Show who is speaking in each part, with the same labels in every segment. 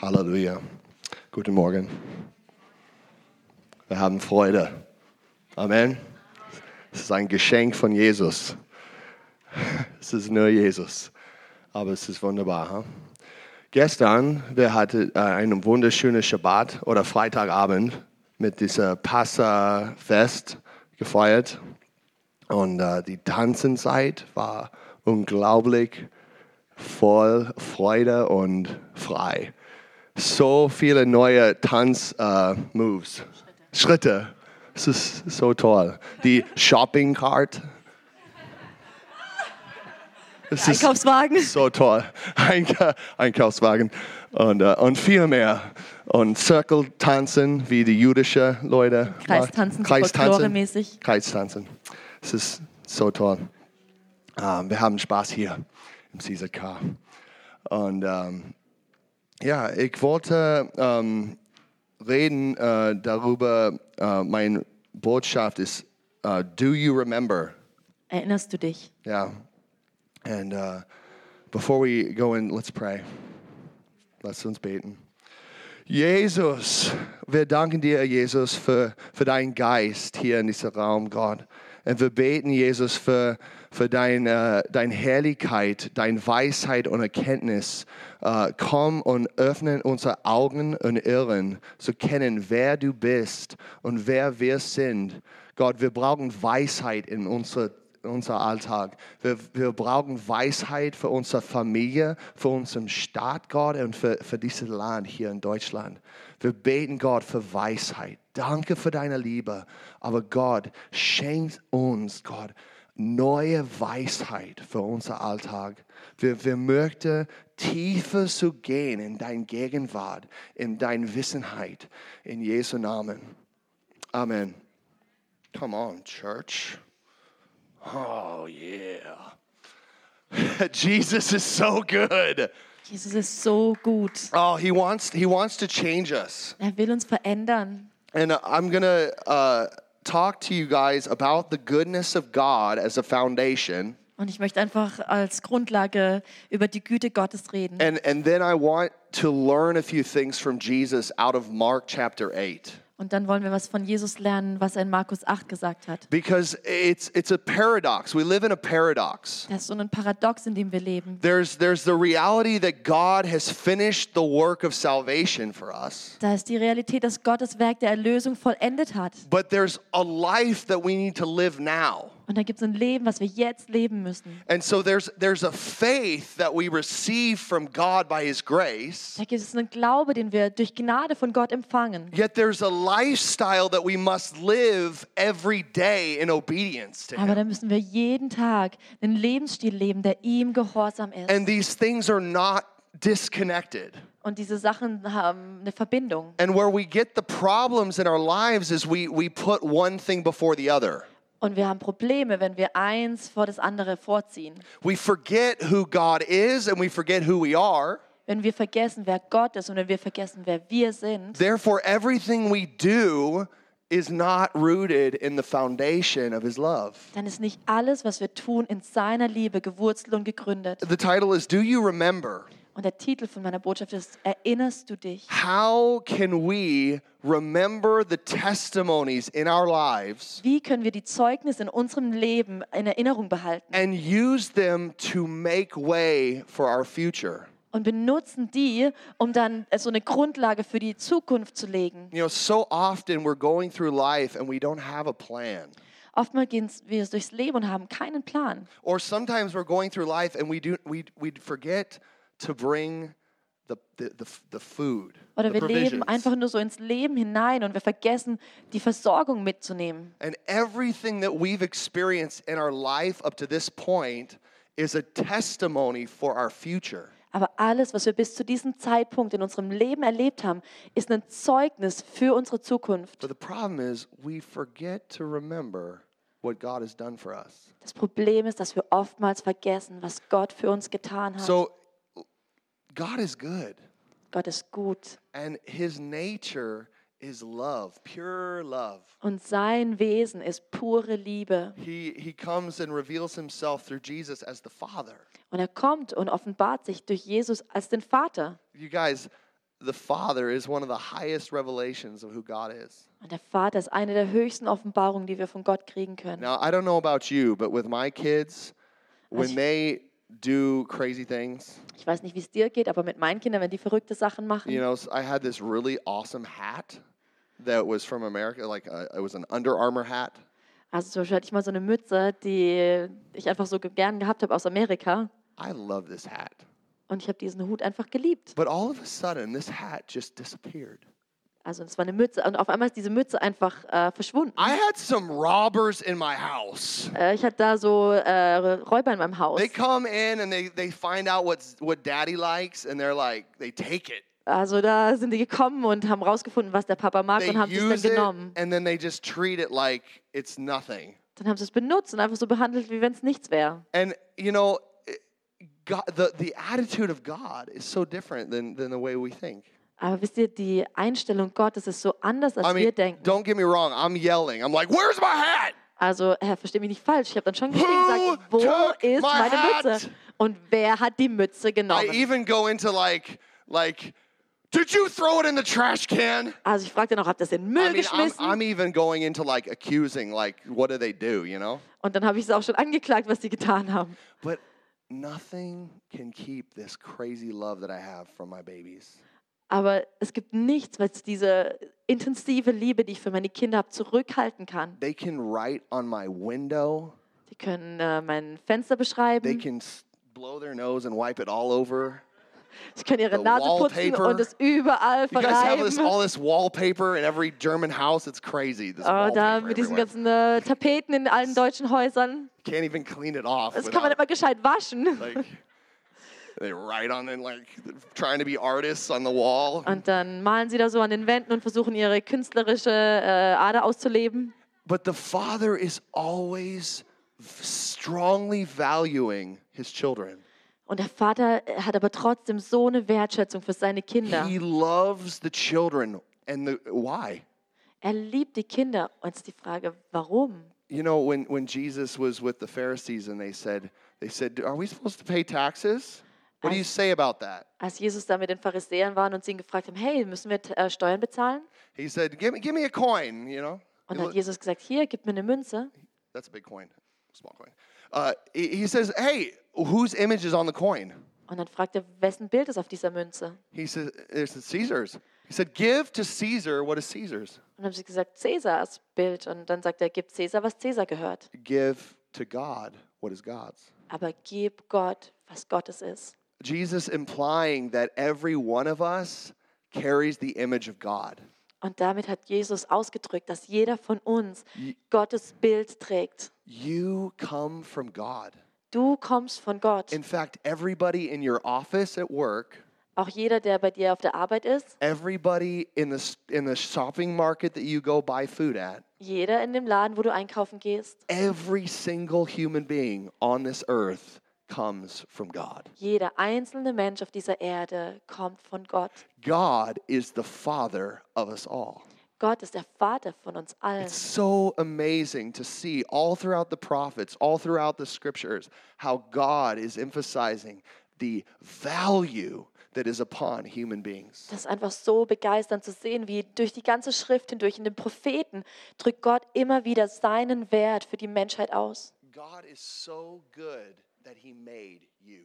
Speaker 1: Halleluja. Guten Morgen. Wir haben Freude. Amen. Es ist ein Geschenk von Jesus. Es ist nur Jesus. Aber es ist wunderbar. Hm? Gestern, wir hatten äh, einen wunderschönen Schabbat oder Freitagabend mit dieser Passafest gefeiert. Und äh, die Tanzenzeit war unglaublich voll Freude und frei. So viele neue Tanz-Moves, Schritte. Es ist so toll. Die Shopping Cart. Es ist
Speaker 2: Einkaufswagen.
Speaker 1: so toll. Einka Einkaufswagen und, äh, und viel mehr. Und Zirkeltanzen, wie die jüdische Leute.
Speaker 2: Kreistanzen, so folkloremäßig.
Speaker 1: Kreistanzen. Es ist so toll. Ähm, wir haben Spaß hier im CZK. Und ähm, ja, ich wollte ähm, reden äh, darüber, äh, meine Botschaft ist, äh, do you remember?
Speaker 2: Erinnerst du dich?
Speaker 1: Yeah. And uh, before we go in, let's pray. Lass uns beten. Jesus, wir danken dir, Jesus, für, für deinen Geist hier in diesem Raum, Gott. Und wir beten, Jesus, für, für deine, deine Herrlichkeit, deine Weisheit und Erkenntnis. Äh, komm und öffne unsere Augen und Irren, zu kennen, wer du bist und wer wir sind. Gott, wir brauchen Weisheit in unserer unser Alltag. Wir, wir brauchen Weisheit für unsere Familie, für unseren Staat, Gott, und für, für dieses Land hier in Deutschland. Wir beten Gott für Weisheit. Danke für deine Liebe. Aber Gott, schenkt uns, Gott, neue Weisheit für unser Alltag. Wir, wir möchten tiefer zu gehen in deine Gegenwart, in deine Wissenheit. In Jesu Namen. Amen. Come on, church. Oh, yeah. Jesus is so good.
Speaker 2: Jesus ist so gut.
Speaker 1: Oh, he wants, he wants to change us.
Speaker 2: Er will uns verändern.
Speaker 1: And I'm going to uh, talk to you guys about the goodness of God as a foundation.
Speaker 2: Und ich möchte einfach als Grundlage über die Güte Gottes reden.
Speaker 1: And, and then I want to learn a few things from Jesus out of Mark chapter 8.
Speaker 2: Und dann wollen wir was von Jesus lernen, was er in Markus 8 gesagt hat.
Speaker 1: Because it's, it's a paradox. We live in a paradox.
Speaker 2: Das ist so ein Paradox, in dem wir leben.
Speaker 1: There's, there's the reality that God has finished the work of salvation for us.
Speaker 2: Da ist die Realität, dass Gott das Werk der Erlösung vollendet hat.
Speaker 1: But there's a life that we need to live now.
Speaker 2: Und da gibt es ein Leben, was wir jetzt leben müssen.
Speaker 1: And so there's there's a faith that we receive from God by his grace.
Speaker 2: Da gibt es einen Glaube, den wir durch Gnade von Gott empfangen.
Speaker 1: Yet there's a lifestyle that we must live every day in obedience to
Speaker 2: Aber
Speaker 1: him.
Speaker 2: da müssen wir jeden Tag einen Lebensstil leben, der ihm gehorsam ist.
Speaker 1: And these things are not disconnected.
Speaker 2: Und diese Sachen haben eine Verbindung.
Speaker 1: And where we get the problems in our lives is we we put one thing before the other.
Speaker 2: Und wir haben Probleme, wenn wir eins vor das andere vorziehen.
Speaker 1: We forget who God is and we forget who we are.
Speaker 2: Wenn wir vergessen, wer Gott ist und wenn wir vergessen, wer wir sind,
Speaker 1: Therefore everything we do is not rooted in the foundation of his love.
Speaker 2: dann ist nicht alles, was wir tun, in seiner Liebe gewurzelt und gegründet.
Speaker 1: The title is Do You Remember?
Speaker 2: Und der Titel von meiner Botschaft ist, erinnerst du dich?
Speaker 1: How can we remember the testimonies in our lives
Speaker 2: Wie können wir die Zeugnisse in unserem Leben in Erinnerung behalten
Speaker 1: and use them to make way for our future?
Speaker 2: und benutzen die, um dann so eine Grundlage für die Zukunft zu legen?
Speaker 1: You know, so often we're going through life and we don't have a plan.
Speaker 2: Oftmals gehen wir durchs Leben und haben keinen Plan.
Speaker 1: Or sometimes we're going through life and we do we we forget to bring the the the, the food.
Speaker 2: Oder
Speaker 1: the
Speaker 2: wir leben
Speaker 1: provisions.
Speaker 2: einfach nur so ins Leben hinein und wir vergessen, die Versorgung mitzunehmen.
Speaker 1: And everything that we've experienced in our life up to this point is a testimony for our future.
Speaker 2: Aber alles, was wir bis zu diesem Zeitpunkt in unserem Leben erlebt haben, ist ein Zeugnis für unsere Zukunft.
Speaker 1: But the problem is, we forget to remember what God has done for us.
Speaker 2: Das Problem ist, dass wir oftmals vergessen, was Gott für uns getan hat.
Speaker 1: So, God is good,
Speaker 2: Gott ist gut
Speaker 1: and His nature is love, pure love.
Speaker 2: und sein Wesen ist pure Liebe.
Speaker 1: He, he comes and reveals Himself through Jesus as the Father.
Speaker 2: Und er kommt und offenbart sich durch Jesus als den Vater.
Speaker 1: You guys, the Father is one of the highest revelations of who God is.
Speaker 2: Und der Vater ist eine der höchsten Offenbarungen, die wir von Gott kriegen können.
Speaker 1: Now, I don't know about you, but with my kids, when they do crazy things,
Speaker 2: Ich weiß nicht, wie es dir geht, aber mit meinen Kindern, wenn die verrückte Sachen machen,
Speaker 1: you know, s- I had this really awesome hat that was from America, like uh, it was an Under Armour hat.
Speaker 2: also zum Beispiel hatte ich mal so eine Mütze, die ich einfach so ge- gern gehabt habe aus Amerika.
Speaker 1: I love this hat.
Speaker 2: Und ich habe diesen Hut einfach geliebt.
Speaker 1: But all of a sudden, this hat just disappeared.
Speaker 2: Also es war eine Mütze und auf einmal ist diese Mütze einfach äh, verschwunden.
Speaker 1: I had some robbers in my house.
Speaker 2: Äh, ich hatte da so äh, Räuber in meinem Haus.
Speaker 1: They come in and they, they find out what's, what daddy likes, and they're like, they take it.
Speaker 2: Also da sind die gekommen und haben rausgefunden, was der Papa mag
Speaker 1: They
Speaker 2: und haben es
Speaker 1: use
Speaker 2: dann
Speaker 1: it,
Speaker 2: genommen.
Speaker 1: and then they just treat it like it's nothing.
Speaker 2: Dann haben sie es benutzt und einfach so behandelt, wie wenn es nichts wäre.
Speaker 1: And you know, it- God, the, the attitude of God is so different than, than the way we think.
Speaker 2: Aber wisst ihr, die Einstellung Gottes ist so anders, als
Speaker 1: I
Speaker 2: wir
Speaker 1: mean,
Speaker 2: denken.
Speaker 1: don't get me wrong. I'm yelling. I'm like, "Where's my hat?"
Speaker 2: Also, Herr, versteh mich nicht falsch. Ich habe dann schon geschrieben
Speaker 1: Who
Speaker 2: gesagt, wo
Speaker 1: took
Speaker 2: ist
Speaker 1: my
Speaker 2: meine
Speaker 1: hat?
Speaker 2: Mütze? Und wer hat die Mütze
Speaker 1: I
Speaker 2: genommen?
Speaker 1: even go into like, like, did you throw it in the trash can?
Speaker 2: Also ich fragte noch, habt ihr das in den Müll
Speaker 1: I mean, I'm,
Speaker 2: geschmissen?
Speaker 1: I'm even going into like accusing, like, what do they do? You know.
Speaker 2: und dann habe ich es auch schon angeklagt, was sie getan haben.
Speaker 1: But nothing can keep this crazy love that I have for my babies.
Speaker 2: Aber es gibt nichts, was diese intensive Liebe, die ich für meine Kinder habe, zurückhalten kann.
Speaker 1: They can write on my window.
Speaker 2: Die können äh, mein Fenster
Speaker 1: They
Speaker 2: beschreiben,
Speaker 1: can s- blow their nose and wipe it all over.
Speaker 2: sie können ihre
Speaker 1: the
Speaker 2: Nase putzen
Speaker 1: wallpaper.
Speaker 2: und es überall
Speaker 1: You guys have this,
Speaker 2: verreiben. Oh,
Speaker 1: all this wallpaper in every German house. It's crazy. This
Speaker 2: Oh, da
Speaker 1: wallpaper
Speaker 2: mit diesen
Speaker 1: everywhere.
Speaker 2: ganzen äh, Tapeten in allen deutschen Häusern.
Speaker 1: Can't even clean it off.
Speaker 2: Das kann man
Speaker 1: without,
Speaker 2: immer gescheit waschen.
Speaker 1: like they write on it, like trying to be artists on the wall.
Speaker 2: Und dann malen sie da so an den Wänden und versuchen ihre künstlerische äh, Ader auszuleben.
Speaker 1: But the father is always v- strongly valuing his children.
Speaker 2: Und der Vater äh, hat aber trotzdem so eine Wertschätzung für seine Kinder.
Speaker 1: He loves the children, and the why.
Speaker 2: Er liebt die Kinder. Und es ist die Frage, warum?
Speaker 1: You know, when when Jesus was with the Pharisees and they said, they said, "Are we supposed to pay taxes? What do you say about that?"
Speaker 2: Als Jesus da mit den Pharisäern war und sie ihn gefragt haben, hey, müssen wir äh, Steuern bezahlen?
Speaker 1: He said, "Give me, give me a coin." You know,
Speaker 2: Und
Speaker 1: He
Speaker 2: dann
Speaker 1: lo-
Speaker 2: hat Jesus gesagt, hier, gib mir eine Münze.
Speaker 1: that's a big coin, small coin. Uh, he, he says, "Hey, whose image is on the coin?"
Speaker 2: Und dann fragt er, wessen Bild ist auf dieser Münze?
Speaker 1: He says, "It's Caesar's." He said, "Give to Caesar what is Caesar's.
Speaker 2: Und dann haben sie gesagt, Cäsars Bild. Und dann sagt er, gib Cäsar, was Cäsar gehört.
Speaker 1: Give to God what is God's."
Speaker 2: Aber gib Gott, was Gottes ist.
Speaker 1: Jesus implying that every one of us carries the image of God.
Speaker 2: Und damit hat Jesus ausgedrückt, dass jeder von uns
Speaker 1: Je-
Speaker 2: Gottes Bild trägt.
Speaker 1: You come from God.
Speaker 2: Du kommst von Gott.
Speaker 1: In fact, everybody in your office at work,
Speaker 2: Auch jeder, der bei dir auf der Arbeit ist,
Speaker 1: everybody in the s- in the shopping market that you go buy food at,
Speaker 2: jeder in dem Laden, wo du einkaufen gehst,
Speaker 1: every single human being on this earth comes from God.
Speaker 2: jeder einzelne Mensch auf dieser Erde kommt von Gott.
Speaker 1: God is the father of us all.
Speaker 2: Gott ist der Vater von uns allen.
Speaker 1: It's so amazing to see all throughout the prophets, all throughout the scriptures, how God is emphasizing the value that is upon human beings.
Speaker 2: Das ist einfach so begeisternd zu sehen, wie durch die ganze Schrift hindurch in den Propheten drückt Gott immer wieder seinen Wert für die Menschheit aus.
Speaker 1: God is so good that he made you.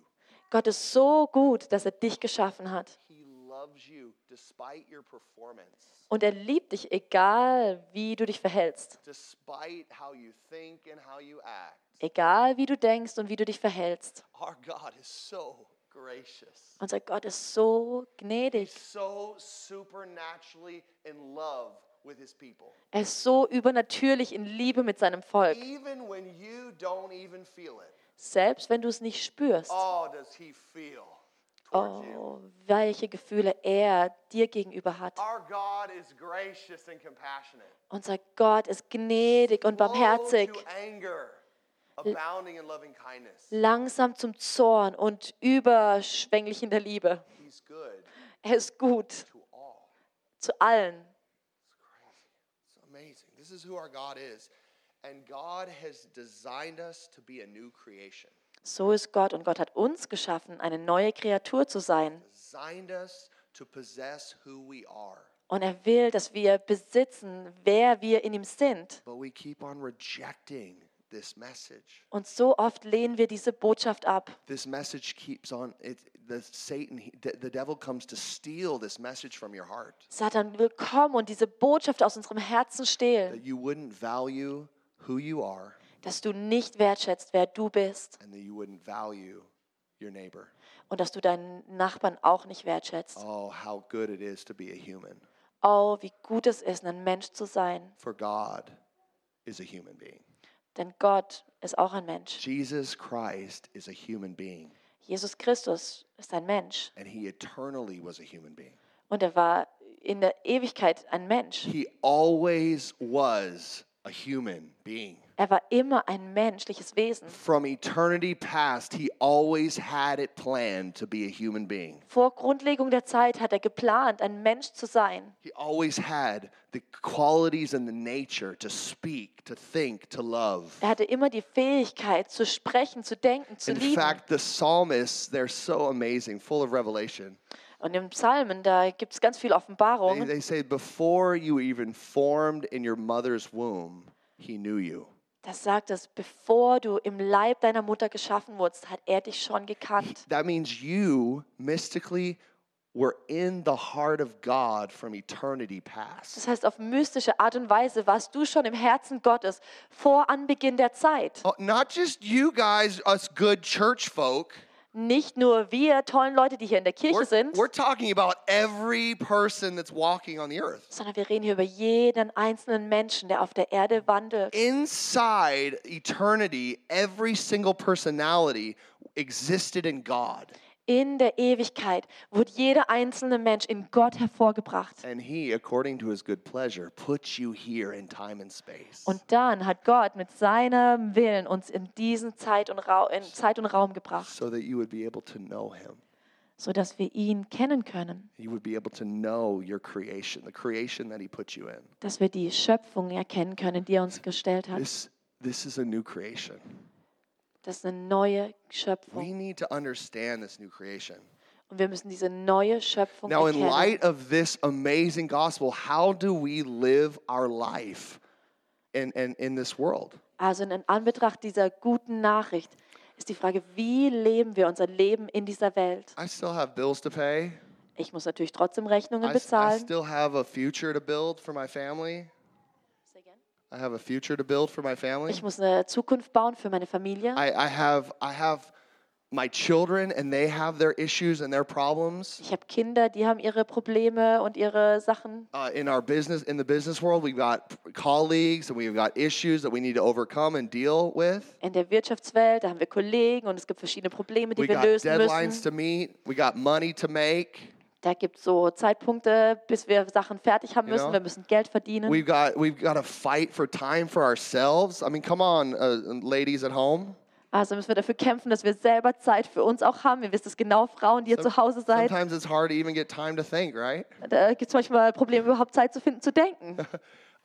Speaker 2: Gott ist so gut, dass er dich geschaffen hat.
Speaker 1: He loves you despite your performance,
Speaker 2: Und er liebt dich, egal wie du dich verhältst,
Speaker 1: despite how you think and how you act.
Speaker 2: egal wie du denkst und wie du dich verhältst.
Speaker 1: Our God is so gracious.
Speaker 2: Unser Gott ist so
Speaker 1: He's
Speaker 2: gnädig.
Speaker 1: so supernaturally in love with his people.
Speaker 2: Er ist so übernatürlich in Liebe mit seinem Volk,
Speaker 1: Even when you don't even feel it.
Speaker 2: selbst wenn du es nicht spürst.
Speaker 1: Oh, does he feel towards you?
Speaker 2: Oh, welche Gefühle er dir gegenüber hat.
Speaker 1: Our God is gracious and compassionate.
Speaker 2: Unser Gott ist gnädig und barmherzig,
Speaker 1: Slow to anger, abounding in loving kindness.
Speaker 2: langsam zum Zorn und überschwänglich in der Liebe.
Speaker 1: He's good
Speaker 2: Er ist gut
Speaker 1: to all.
Speaker 2: zu allen.
Speaker 1: It's crazy. It's amazing. This is who our God is. And God has designed us to be a new creation.
Speaker 2: So ist Gott und Gott hat uns geschaffen, eine neue Kreatur zu sein.
Speaker 1: Designed us to possess who we are.
Speaker 2: Und er will, dass wir besitzen, wer wir in ihm sind.
Speaker 1: But we keep on rejecting this message.
Speaker 2: Und so oft lehnen wir diese Botschaft ab.
Speaker 1: This message keeps on. It, the Satan, he, the, the devil comes to steal this message from your heart.
Speaker 2: Satan will kommen und diese Botschaft aus unserem Herzen stehlen,
Speaker 1: That you wouldn't value who you are,
Speaker 2: dass du nicht wertschätzt, wer du bist
Speaker 1: and that you wouldn't value your neighbor.
Speaker 2: und dass du deinen Nachbarn auch nicht wertschätzt.
Speaker 1: Oh, how good it is to be a human.
Speaker 2: Oh, wie gut es ist, ein Mensch zu sein,
Speaker 1: For God is a human being.
Speaker 2: denn Gott ist auch ein Mensch.
Speaker 1: Jesus Christ is a human being,
Speaker 2: Jesus Christus ist ein Mensch
Speaker 1: and he eternally was a human being.
Speaker 2: und er war in der Ewigkeit ein Mensch.
Speaker 1: He always was a human being.
Speaker 2: Er war immer ein menschliches Wesen.
Speaker 1: From eternity past, he always had it planned to be a human being.
Speaker 2: Vor Grundlegung der Zeit hat er geplant, ein Mensch zu sein.
Speaker 1: He always had the qualities and the nature to speak, to think, to love.
Speaker 2: Er hatte immer die Fähigkeit zu sprechen, zu denken, zu
Speaker 1: In
Speaker 2: lieben.
Speaker 1: fact, the psalmists, they're so amazing, full of revelation.
Speaker 2: Und im Psalmen, da gibt es ganz viel
Speaker 1: They,
Speaker 2: Offenbarung.
Speaker 1: they say, Before you were even formed in your mother's womb, he knew you.
Speaker 2: Das sagt es, bevor du im Leib deiner Mutter geschaffen wurdest, hat er dich schon gekannt.
Speaker 1: That means you, mystically, were in the heart of God from eternity past.
Speaker 2: Das heißt, auf mystische Art und Weise warst du schon im Herzen Gottes vor Anbeginn der Zeit.
Speaker 1: Oh, Not just you guys, us good church folk.
Speaker 2: Nicht nur wir tollen Leute, die hier in der Kirche
Speaker 1: We're,
Speaker 2: sind,
Speaker 1: we're talking about every person that's walking on the earth.
Speaker 2: sondern wir reden hier über jeden einzelnen Menschen, der auf der Erde wandelt.
Speaker 1: Inside eternity, every single personality existed in God,
Speaker 2: In der Ewigkeit wird jeder einzelne Mensch in Gott hervorgebracht.
Speaker 1: and He, according to His good pleasure, put you here in time and space.
Speaker 2: Und dann hat Gott mit seinem Willen uns in diesen Zeit und, Ra in Zeit und Raum gebracht,
Speaker 1: so that you would be able to know him.
Speaker 2: sodass wir ihn kennen können,
Speaker 1: You would be able to know your creation, the creation that he put you in.
Speaker 2: dass wir die Schöpfung erkennen können, die er uns gestellt hat.
Speaker 1: This this is a new creation.
Speaker 2: Das ist eine neue
Speaker 1: We
Speaker 2: Schöpfung.
Speaker 1: need to understand this new creation.
Speaker 2: Und wir müssen diese neue Schöpfung
Speaker 1: Now in
Speaker 2: erkennen.
Speaker 1: light of this amazing gospel, how do we live our life in, in, in this world?
Speaker 2: Also in Anbetracht dieser guten Nachricht ist die Frage, wie leben wir unser Leben in dieser Welt?
Speaker 1: I still have bills to pay.
Speaker 2: Ich muss natürlich trotzdem Rechnungen
Speaker 1: I, s- I
Speaker 2: bezahlen.
Speaker 1: still have a future to build for my family. I have a future to build for my family.
Speaker 2: Ich muss eine Zukunft bauen für meine Familie.
Speaker 1: I, I have I have my children and they have their issues and their problems.
Speaker 2: Ich habe Kinder, die haben ihre Probleme und ihre Sachen.
Speaker 1: uh, in our business in the business world we've got colleagues and we've got issues that we need to overcome and deal with
Speaker 2: in der Wirtschaftswelt, da haben wir Kollegen und es gibt verschiedene Probleme, die
Speaker 1: we
Speaker 2: wir
Speaker 1: got
Speaker 2: lösen
Speaker 1: deadlines
Speaker 2: müssen.
Speaker 1: to meet we got money to make
Speaker 2: Da gibt es so Zeitpunkte, bis wir Sachen fertig haben
Speaker 1: You
Speaker 2: müssen.
Speaker 1: know?
Speaker 2: Wir müssen Geld verdienen.
Speaker 1: we've got we've got to fight for time for ourselves i mean come on uh, ladies at home
Speaker 2: also müssen wir dafür kämpfen, dass wir selber Zeit für uns auch haben. Ihr wisst es genau, Frauen, die ihr zu Hause seid.
Speaker 1: sometimes it's hard to even get time to think right
Speaker 2: Da gibt es manchmal Probleme, überhaupt Zeit zu finden, zu denken.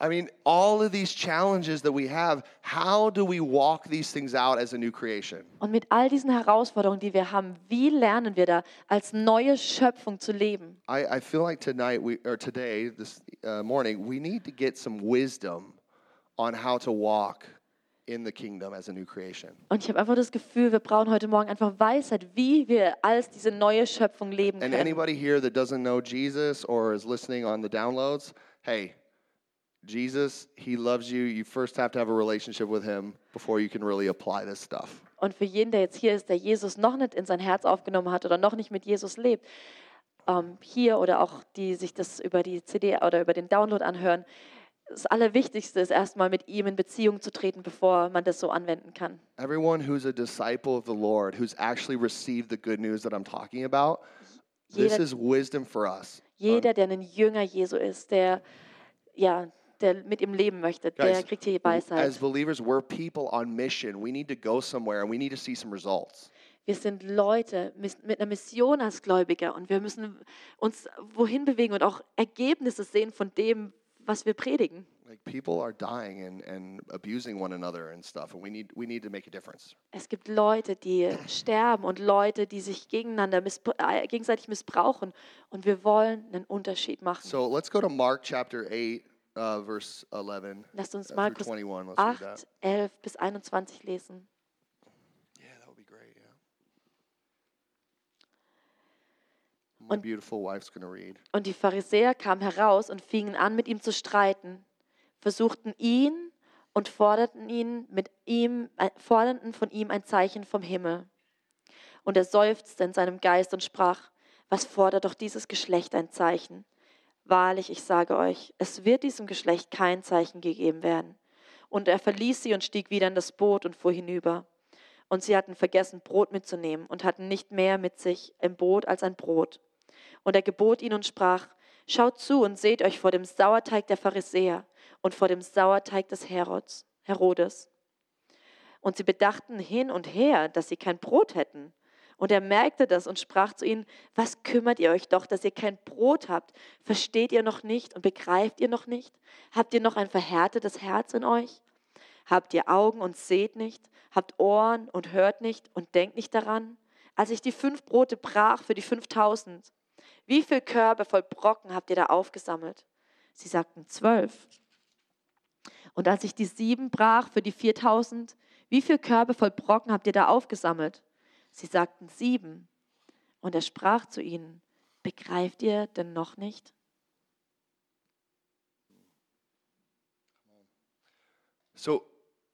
Speaker 1: i mean all of these challenges that we have how do we walk these things out as a new creation
Speaker 2: Und mit all diesen Herausforderungen, die wir haben, wie lernen wir da als neue Schöpfung zu leben?
Speaker 1: I, I feel like tonight we or today this uh, morning we need to get some wisdom on how to walk in the kingdom as a new creation.
Speaker 2: Und ich habe einfach das Gefühl, wir brauchen heute Morgen einfach Weisheit, wie wir als diese neue Schöpfung leben
Speaker 1: And
Speaker 2: können.
Speaker 1: anybody here that doesn't know Jesus or is listening on the downloads, hey, Jesus, he loves you. You first have to have a relationship with him before you can really apply this stuff.
Speaker 2: Und für jeden, der jetzt hier ist, der Jesus noch nicht in sein Herz aufgenommen hat oder noch nicht mit Jesus lebt, ähm, hier oder auch die sich das über die CD oder über den Download anhören, das Allerwichtigste ist erstmal mit ihm in Beziehung zu treten, bevor man das so anwenden kann.
Speaker 1: Everyone who's a disciple of the Lord, who's actually received the good news that I'm talking about, this
Speaker 2: Jeder-
Speaker 1: is wisdom for us. Um,
Speaker 2: Jeder, der ein Jünger Jesu ist, der, ja, der mit ihm leben möchte, der
Speaker 1: Guys,
Speaker 2: kriegt hier
Speaker 1: w- As
Speaker 2: Weisheit.
Speaker 1: believers, we're people on mission. We need to go somewhere and we need to see some results.
Speaker 2: Wir sind Leute mis- mit einer Mission als Gläubiger und wir müssen uns wohin bewegen und auch Ergebnisse sehen von dem, was wir predigen.
Speaker 1: Like people are dying and, and abusing one another and stuff, and we need we need to make a difference.
Speaker 2: Es gibt Leute, die sterben und Leute, die sich gegeneinander missbr äh, gegenseitig missbrauchen. Und wir wollen einen Unterschied machen.
Speaker 1: So let's go to Mark chapter eight, uh, verse eleven
Speaker 2: Lasst uns
Speaker 1: äh, through
Speaker 2: Markus
Speaker 1: twenty-one. Let's read that.
Speaker 2: 8, 11 bis 21 lesen.
Speaker 1: Yeah, that would be great. Yeah. My beautiful wife's gonna read.
Speaker 2: Und die Pharisäer kamen heraus und fingen an, mit ihm zu streiten, versuchten ihn und forderten ihn mit ihm, äh, forderten von ihm ein Zeichen vom Himmel. Und er seufzte in seinem Geist und sprach: Was fordert doch dieses Geschlecht ein Zeichen? Wahrlich, ich sage euch, es wird diesem Geschlecht kein Zeichen gegeben werden. Und er verließ sie und stieg wieder in das Boot und fuhr hinüber. Und sie hatten vergessen, Brot mitzunehmen und hatten nicht mehr mit sich im Boot als ein Brot. Und er gebot ihnen und sprach, schaut zu und seht euch vor dem Sauerteig der Pharisäer und vor dem Sauerteig des Herods, Herodes. Und sie bedachten hin und her, dass sie kein Brot hätten. Und er merkte das und sprach zu ihnen, was kümmert ihr euch doch, dass ihr kein Brot habt? Versteht ihr noch nicht und begreift ihr noch nicht? Habt ihr noch ein verhärtetes Herz in euch? Habt ihr Augen und seht nicht? Habt Ohren und hört nicht und denkt nicht daran? Als ich die fünf Brote brach für die fünftausend, wie viel Körbe voll Brocken habt ihr da aufgesammelt? Sie sagten zwölf. Und als ich die sieben brach für die viertausend, wie viel Körbe voll Brocken habt ihr da aufgesammelt? Sie sagten sieben. Und er sprach zu ihnen, begreift ihr denn noch nicht?
Speaker 1: So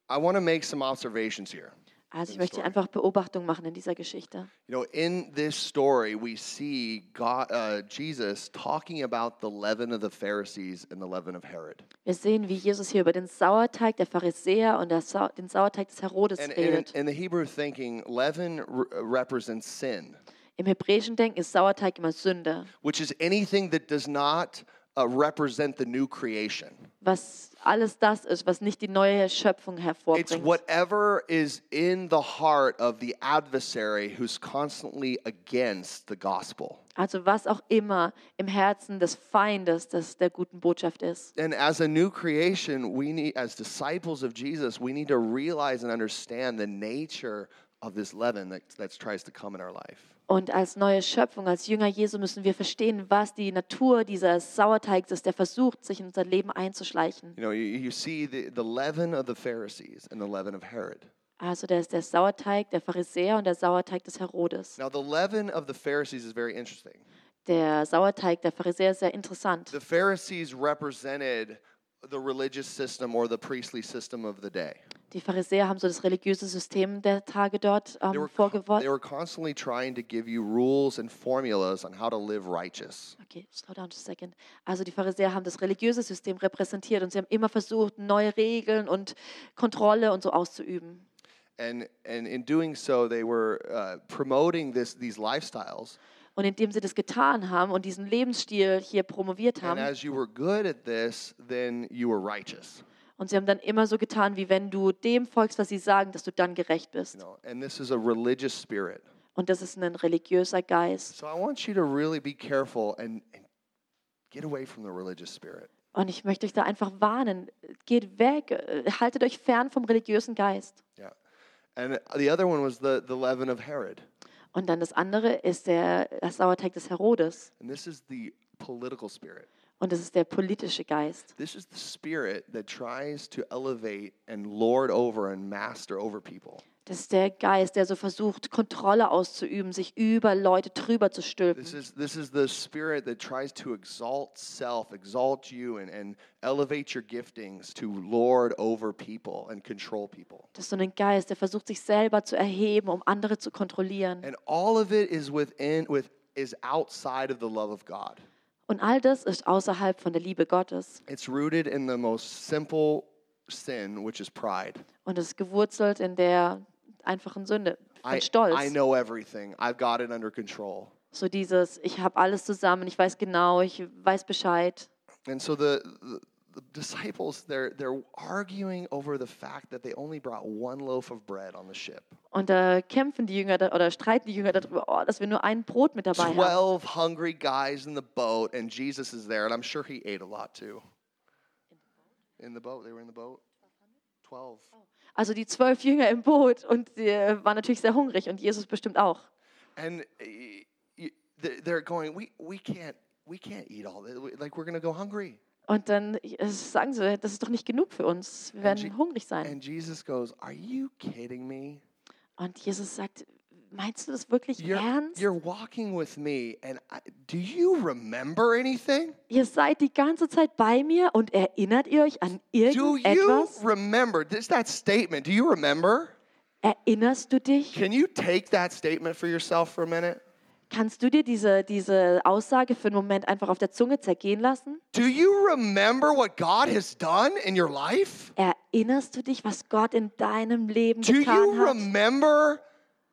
Speaker 1: I want to make some observations here.
Speaker 2: Also ich
Speaker 1: Gute
Speaker 2: möchte
Speaker 1: Story.
Speaker 2: einfach Beobachtung machen in dieser Geschichte.
Speaker 1: You know, in this story, we see God, uh, Jesus talking about the leaven of the Pharisees and the leaven of Herod.
Speaker 2: Wir sehen, wie Jesus hier über den Sauerteig der Pharisäer und der Sau den Sauerteig des Herodes
Speaker 1: And, and in,
Speaker 2: redet.
Speaker 1: in the Hebrew thinking, leaven re- uh, represents sin,
Speaker 2: Im hebräischen Denken ist Sauerteig immer Sünde,
Speaker 1: which is anything that does not uh, represent the new creation.
Speaker 2: was alles das ist, was nicht die neue Schöpfung hervorbringt.
Speaker 1: It's whatever is in the heart of the adversary who's constantly against the gospel.
Speaker 2: Also was auch immer im Herzen des Feindes, das der guten Botschaft ist.
Speaker 1: And as a new creation, we need, as disciples of Jesus, we need to realize and understand the nature of this leaven that, that tries to come in our life.
Speaker 2: Und als neue Schöpfung, als Jünger Jesu müssen wir verstehen, was die Natur dieses Sauerteigs ist, der versucht, sich in unser Leben einzuschleichen.
Speaker 1: You know, you, you see the, the leaven of the Pharisees and the leaven of Herod.
Speaker 2: Also der ist der Sauerteig der Pharisäer und der Sauerteig des Herodes.
Speaker 1: Now, the leaven of the Pharisees is very interesting.
Speaker 2: Der Sauerteig der Pharisäer ist sehr interessant.
Speaker 1: The Pharisees represented the religious system or the priestly system of the day.
Speaker 2: Die Pharisäer haben so das religiöse System der Tage dort
Speaker 1: They
Speaker 2: ähm,
Speaker 1: were, they
Speaker 2: vorgeworfen.
Speaker 1: were constantly trying to give you rules and formulas on how to live righteous.
Speaker 2: Okay, slow down just a second. Also die Pharisäer haben das religiöse System repräsentiert und sie haben immer versucht, neue Regeln und Kontrolle und so auszuüben.
Speaker 1: And, and in doing so, they were uh, promoting this, these lifestyles.
Speaker 2: Und indem sie das getan haben und diesen Lebensstil hier promoviert
Speaker 1: And
Speaker 2: haben,
Speaker 1: as you were good at this, then you were righteous.
Speaker 2: und sie haben dann immer so getan, wie wenn du dem folgst, was sie sagen, dass du dann gerecht
Speaker 1: You
Speaker 2: bist.
Speaker 1: know? And this is a religious spirit.
Speaker 2: Und das ist ein religiöser Geist.
Speaker 1: So I want you to really be careful and, and get away from the religious spirit.
Speaker 2: Und ich möchte euch da einfach warnen, geht weg, äh, haltet euch fern vom religiösen Geist.
Speaker 1: Yeah. And the other one was the, the leaven of Herod.
Speaker 2: Und dann das andere ist der der Sauerteig des Herodes.
Speaker 1: And this is the political spirit.
Speaker 2: Und das ist der politische Geist.
Speaker 1: This is the spirit that tries to elevate and lord over and master over people.
Speaker 2: Das ist der Geist, der so versucht, Kontrolle auszuüben, sich über Leute drüber zu stülpen.
Speaker 1: This is this is the spirit that tries to exalt self, exalt you, and, and elevate your giftings to lord over people and control people.
Speaker 2: Das ist so ein Geist, der versucht, sich selber zu erheben, um andere zu kontrollieren.
Speaker 1: And all of it is within with is outside of the love of God.
Speaker 2: Und all das ist außerhalb von der Liebe Gottes
Speaker 1: It's rooted in the most simple sin, which is pride.
Speaker 2: und ist gewurzelt in der einfachen Sünde,
Speaker 1: I,
Speaker 2: von Stolz.
Speaker 1: I know everything. I've got it under control.
Speaker 2: So dieses, ich habe alles zusammen, ich weiß genau, ich weiß Bescheid.
Speaker 1: And so the, the, the disciples, they're, they're arguing over the fact that they only brought one loaf of bread on the ship.
Speaker 2: Und da kämpfen die Jünger da, oder streiten die Jünger darüber, oh, dass wir nur ein Brot mit dabei haben.
Speaker 1: 12 hungry guys in the boat, and Jesus is there, and I'm sure he ate a lot too. in the boat. They were in the boat. 12.
Speaker 2: Also die zwölf Jünger im Boot und sie waren natürlich sehr hungrig und Jesus bestimmt auch.
Speaker 1: And y- y- they- they're going, we, we, can't, we can't eat all this. We- Like, we're going to go hungry.
Speaker 2: Und dann äh, sagen sie, das ist doch nicht genug für uns. Wir
Speaker 1: And Je-
Speaker 2: werden hungrig sein.
Speaker 1: And Jesus goes, Are you kidding me?
Speaker 2: Und Jesus sagt, meinst du das wirklich
Speaker 1: You're,
Speaker 2: ernst?
Speaker 1: you're walking with me, and I, do you remember anything?
Speaker 2: Ihr seid die ganze Zeit bei mir und erinnert ihr euch an
Speaker 1: Do you
Speaker 2: irgendetwas?
Speaker 1: remember? Just that statement. Do you remember?
Speaker 2: Erinnerst du dich?
Speaker 1: Can you take that statement for yourself for a minute?
Speaker 2: Kannst du dir diese, diese Aussage für einen Moment einfach auf der Zunge zergehen lassen?
Speaker 1: Do you remember what God has done in your life?
Speaker 2: Erinnerst du dich, was Gott in deinem Leben
Speaker 1: Do
Speaker 2: getan
Speaker 1: you
Speaker 2: hat?
Speaker 1: remember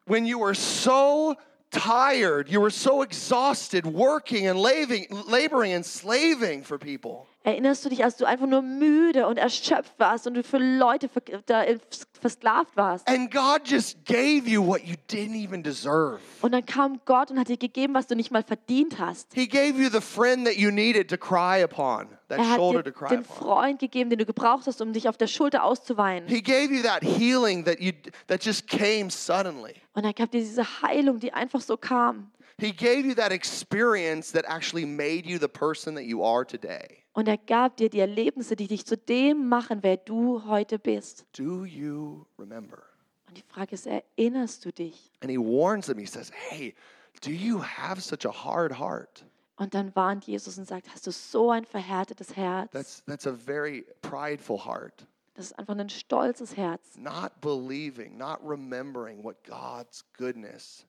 Speaker 1: when you were so tired, you were so exhausted working and laving, laboring and slaving for people?
Speaker 2: Erinnerst du dich, als du einfach nur müde und erschöpft warst und du für Leute ver da äh, versklavt warst?
Speaker 1: And God just gave you what you didn't even deserve.
Speaker 2: Und dann kam Gott und hat dir gegeben, was du nicht mal verdient hast.
Speaker 1: He gave you the friend that you needed to cry upon, that
Speaker 2: Er
Speaker 1: shoulder
Speaker 2: hat
Speaker 1: to
Speaker 2: dir
Speaker 1: cry
Speaker 2: den
Speaker 1: upon.
Speaker 2: Freund gegeben, den du gebraucht hast, um dich auf der Schulter auszuweinen.
Speaker 1: He gave you that healing that you that just came suddenly.
Speaker 2: Und er gab dir diese Heilung, die einfach so kam.
Speaker 1: He gave you that experience that actually made you the person that you are today.
Speaker 2: Und er gab dir die Erlebnisse, die dich zu dem machen, wer du heute bist.
Speaker 1: Do you remember?
Speaker 2: Und die Frage ist, erinnerst du dich?
Speaker 1: And he warns them. He says, "Hey, do you have such a hard heart?"
Speaker 2: Und dann warnt Jesus und sagt, hast du so ein verhärtetes Herz?
Speaker 1: That's that's a very prideful heart,
Speaker 2: Das ist einfach ein stolzes Herz.
Speaker 1: not believing, not remembering what God's goodness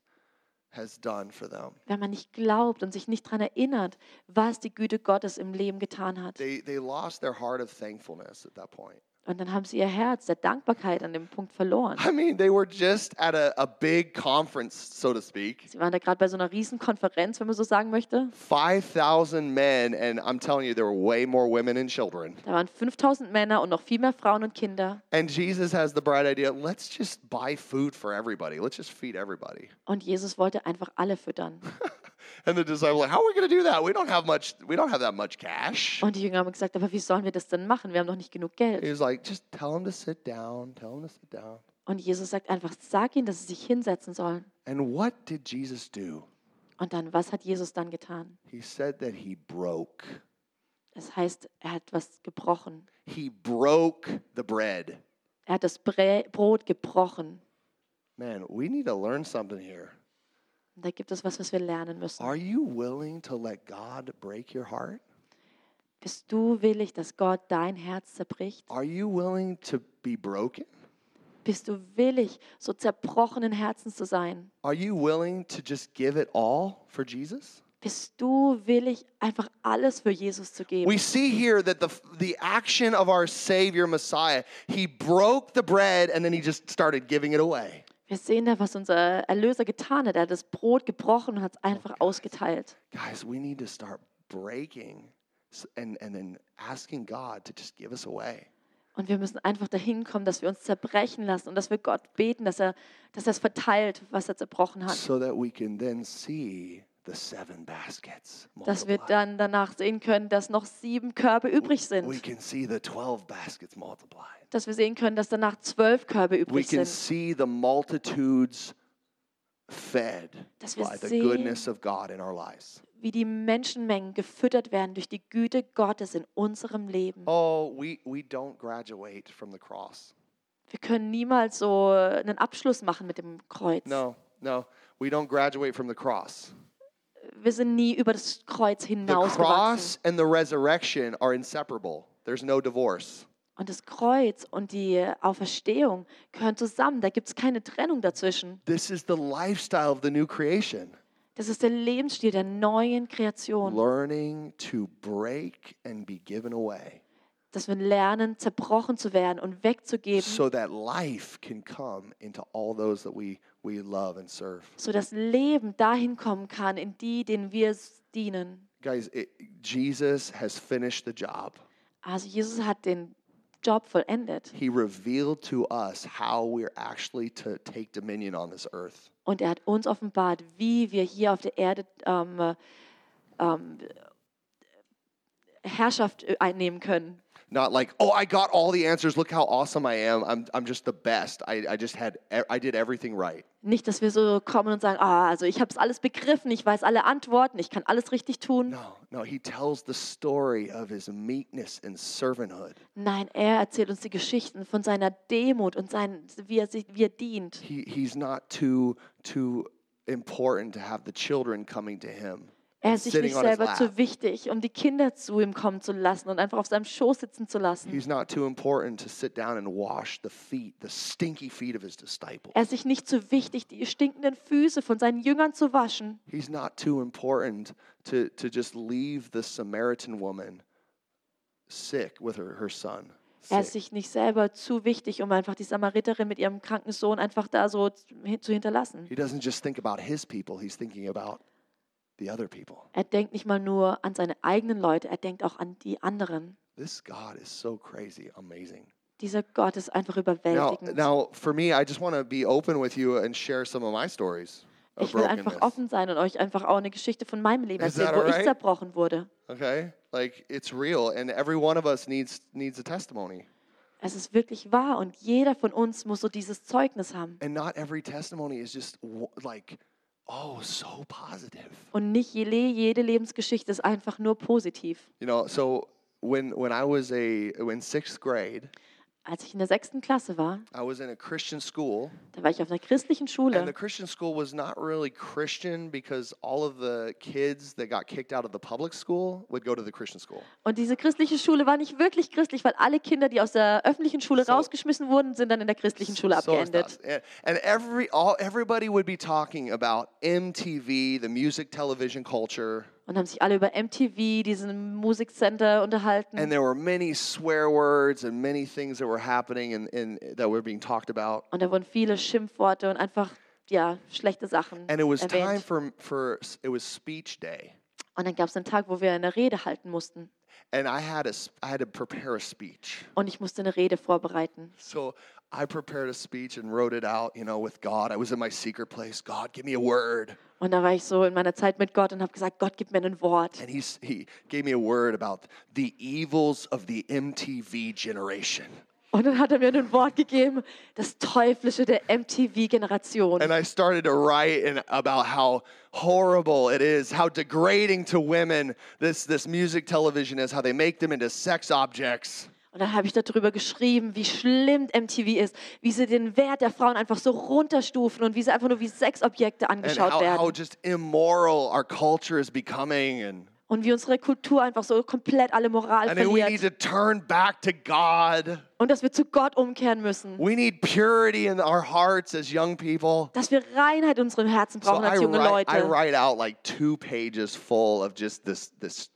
Speaker 1: has done for them.
Speaker 2: Wenn man nicht glaubt und sich nicht daran erinnert, was die Güte Gottes im Leben getan hat.
Speaker 1: They they lost their heart of thankfulness at that point.
Speaker 2: Und dann haben sie ihr Herz der Dankbarkeit an dem Punkt verloren.
Speaker 1: I mean, they were just at a, a big conference, so to speak.
Speaker 2: Sie waren da gerade bei so einer Riesenkonferenz, wenn man so sagen möchte.
Speaker 1: 5,000 men, and I'm telling you, there were way more women and children.
Speaker 2: Da waren 5000 Männer und noch viel mehr Frauen und Kinder.
Speaker 1: And Jesus has the bright idea let's just buy food for everybody, let's just feed everybody.
Speaker 2: Und Jesus wollte einfach alle füttern.
Speaker 1: And the disciples are like, how are we going to do that? We don't have much, we don't have that much cash.
Speaker 2: Und die Jünger haben gesagt, aber wie sollen wir das denn machen? Wir haben doch nicht genug
Speaker 1: He
Speaker 2: Geld.
Speaker 1: was like, just tell them to sit down, tell them to sit down.
Speaker 2: Und Jesus sagt einfach, sag ihnen, dass sie sich hinsetzen sollen.
Speaker 1: And what did Jesus do?
Speaker 2: Und dann, was hat Jesus dann getan?
Speaker 1: He said that he broke.
Speaker 2: Das heißt, er hat was gebrochen.
Speaker 1: He broke the bread.
Speaker 2: Er hat das Brä Brot gebrochen.
Speaker 1: Man, we need to learn something here.
Speaker 2: Und da gibt es was, was wir lernen müssen.
Speaker 1: Are you willing to let God break your heart?
Speaker 2: Bist du willig, dass Gott dein Herz zerbricht?
Speaker 1: Are you willing to be broken?
Speaker 2: Bist du willig, so zerbrochenen Herzens zu sein?
Speaker 1: Are you willing to just give it all for Jesus?
Speaker 2: Bist du willig, einfach alles für Jesus zu geben?
Speaker 1: We see here that the, the action of our Savior Messiah, he broke the bread and then he just started giving it away.
Speaker 2: Wir sehen da, was unser Erlöser getan hat. Er hat das Brot gebrochen und hat
Speaker 1: Oh
Speaker 2: es einfach ausgeteilt.
Speaker 1: Guys, we need to start breaking s- and, and then asking God to just give us away.
Speaker 2: Und wir müssen einfach dahin kommen, dass wir uns zerbrechen lassen und dass wir Gott beten, dass er dass es verteilt, was er zerbrochen hat.
Speaker 1: So that we can then see the seven baskets.
Speaker 2: Dass wir
Speaker 1: multiplied.
Speaker 2: dann danach sehen können, dass noch sieben Körbe übrig
Speaker 1: We
Speaker 2: sind.
Speaker 1: can see the 12 baskets multiplied.
Speaker 2: Dass wir sehen können, dass danach zwölf Körbe
Speaker 1: we
Speaker 2: übrig
Speaker 1: can
Speaker 2: sind.
Speaker 1: see the multitudes fed
Speaker 2: Dass wir
Speaker 1: by the
Speaker 2: sehen-
Speaker 1: goodness of God in our lives.
Speaker 2: Wie die Menschenmengen gefüttert werden durch die Güte Gottes in unserem Leben.
Speaker 1: Oh, we, we don't graduate from the cross.
Speaker 2: Wir können niemals so einen Abschluss machen mit dem Kreuz.
Speaker 1: No, no, we don't graduate from the cross.
Speaker 2: Wir sind nie über das Kreuz
Speaker 1: The
Speaker 2: hinausgewachsen.
Speaker 1: cross and the resurrection are inseparable. There's no divorce.
Speaker 2: Und das Kreuz und die Auferstehung gehören zusammen. Da gibt es keine Trennung dazwischen.
Speaker 1: This is the lifestyle of the new creation.
Speaker 2: Das ist der Lebensstil der neuen Kreation,
Speaker 1: Learning to break and be given away
Speaker 2: dass wir lernen, zerbrochen zu werden und wegzugeben,
Speaker 1: so that life can come into all those that we, we love and serve.
Speaker 2: sodass Leben dahin kommen kann, in die, denen wir s- dienen.
Speaker 1: Guys, it, Jesus has finished the job.
Speaker 2: Also Jesus hat den Job vollendet
Speaker 1: He revealed to us how we're actually to take dominion on this earth.
Speaker 2: und er hat uns offenbart, wie wir hier auf der Erde ähm, äh, ähm, Herrschaft äh, einnehmen können.
Speaker 1: Not like, oh, I got all the answers. Look how awesome I am. I'm, I'm just the best. I, I just had, e- I did everything right.
Speaker 2: Nicht, dass wir so kommen und sagen, ah, also ich habe es alles begriffen, ich weiß alle Antworten, ich kann alles richtig tun.
Speaker 1: No, no, he tells the story of his meekness and servanthood.
Speaker 2: Nein, er erzählt uns die Geschichten von seiner Demut und sein, wie, er sich, wie er dient.
Speaker 1: He, he's not too, too important to have the children coming to him.
Speaker 2: Er
Speaker 1: and
Speaker 2: ist sich nicht selber zu wichtig, um die Kinder zu ihm kommen zu lassen und einfach auf seinem Schoß sitzen zu lassen.
Speaker 1: He's not too important to sit down and wash the feet, the stinky feet of his disciples.
Speaker 2: Er ist sich nicht zu wichtig, die stinkenden Füße von seinen Jüngern zu waschen.
Speaker 1: He's not too important to, to just leave the Samaritan woman sick with her, her son.
Speaker 2: Er ist
Speaker 1: sick.
Speaker 2: sich nicht selber zu wichtig, um einfach die Samariterin mit ihrem kranken Sohn einfach da so hin- zu hinterlassen.
Speaker 1: He doesn't just think about his people, he's thinking about the other people.
Speaker 2: Er denkt nicht mal nur an seine eigenen Leute, er denkt auch an die anderen.
Speaker 1: This God is so crazy, amazing.
Speaker 2: Dieser Gott ist einfach
Speaker 1: Now,
Speaker 2: überwältigend.
Speaker 1: now, for me, I just want to be open with you and share some of my stories of
Speaker 2: ich will einfach
Speaker 1: brokenness.
Speaker 2: offen sein und euch einfach auch eine Geschichte von meinem Leben
Speaker 1: Is
Speaker 2: erzählen,
Speaker 1: that
Speaker 2: wo ich
Speaker 1: alright?
Speaker 2: zerbrochen wurde.
Speaker 1: Okay? Like it's real, and every one of us needs needs a testimony.
Speaker 2: Es ist wirklich wahr und jeder von uns muss so dieses Zeugnis haben.
Speaker 1: And not every testimony is just w- like, oh, so positive.
Speaker 2: Und nicht jede, jede Lebensgeschichte ist einfach nur positiv.
Speaker 1: You know, so when when I was a in sixth grade,
Speaker 2: Als ich in der sechsten Klasse war,
Speaker 1: I was in a Christian school,
Speaker 2: da war ich auf einer christlichen
Speaker 1: and the
Speaker 2: Schule.
Speaker 1: Christian school was not really Christian because all of the kids that got kicked out of the public school would go to the Christian school.
Speaker 2: Und diese christliche Schule war nicht wirklich christlich, weil alle Kinder, die aus der öffentlichen Schule
Speaker 1: So-
Speaker 2: rausgeschmissen wurden, sind dann in der christlichen Schule
Speaker 1: So it's
Speaker 2: abgeendet.
Speaker 1: nuts. And- And every all everybody would be talking about MTV, the music television culture.
Speaker 2: Und haben sich alle über MTV, diesen Musikcenter, unterhalten.
Speaker 1: And there were many swear words and many things that were happening and, and that were being talked about.
Speaker 2: Und da wurden viele Schimpfworte und einfach, ja, schlechte Sachen
Speaker 1: And it was time
Speaker 2: erwähnt.
Speaker 1: for, for it was speech day.
Speaker 2: Und dann gab es einen Tag, wo wir eine Rede halten mussten.
Speaker 1: And I had, a, s- I had to prepare a speech.
Speaker 2: Und ich musste eine Rede vorbereiten.
Speaker 1: So I prepared a speech and wrote it out, you know, with God. I was in my secret place. God, give me a word.
Speaker 2: Und da war ich so in meiner Zeit mit Gott und habe gesagt, Gott, gib mir ein Wort.
Speaker 1: And he, s- he gave me a word about the evils of the MTV generation.
Speaker 2: Und dann hat er mir ein Wort gegeben, das Teuflische der MTV-Generation.
Speaker 1: And I started to write and about how horrible it is, how degrading to women this, this music television is, how they make them into sex objects.
Speaker 2: Und dann habe ich darüber geschrieben, wie schlimm MTV ist, wie sie den Wert der Frauen einfach so runterstufen und wie sie einfach nur wie Sexobjekte
Speaker 1: And
Speaker 2: angeschaut
Speaker 1: how, how
Speaker 2: werden.
Speaker 1: just immoral our culture is becoming. And,
Speaker 2: Und wie unsere Kultur einfach so komplett alle Moral
Speaker 1: and then we need
Speaker 2: verliert.
Speaker 1: to turn back to God.
Speaker 2: Und dass wir zu Gott umkehren müssen.
Speaker 1: We need purity in our hearts as young people.
Speaker 2: Dass wir Reinheit in unserem Herzen
Speaker 1: So
Speaker 2: brauchen
Speaker 1: I
Speaker 2: als junge
Speaker 1: write, I
Speaker 2: Leute.
Speaker 1: write out like two pages full of just this, this theme.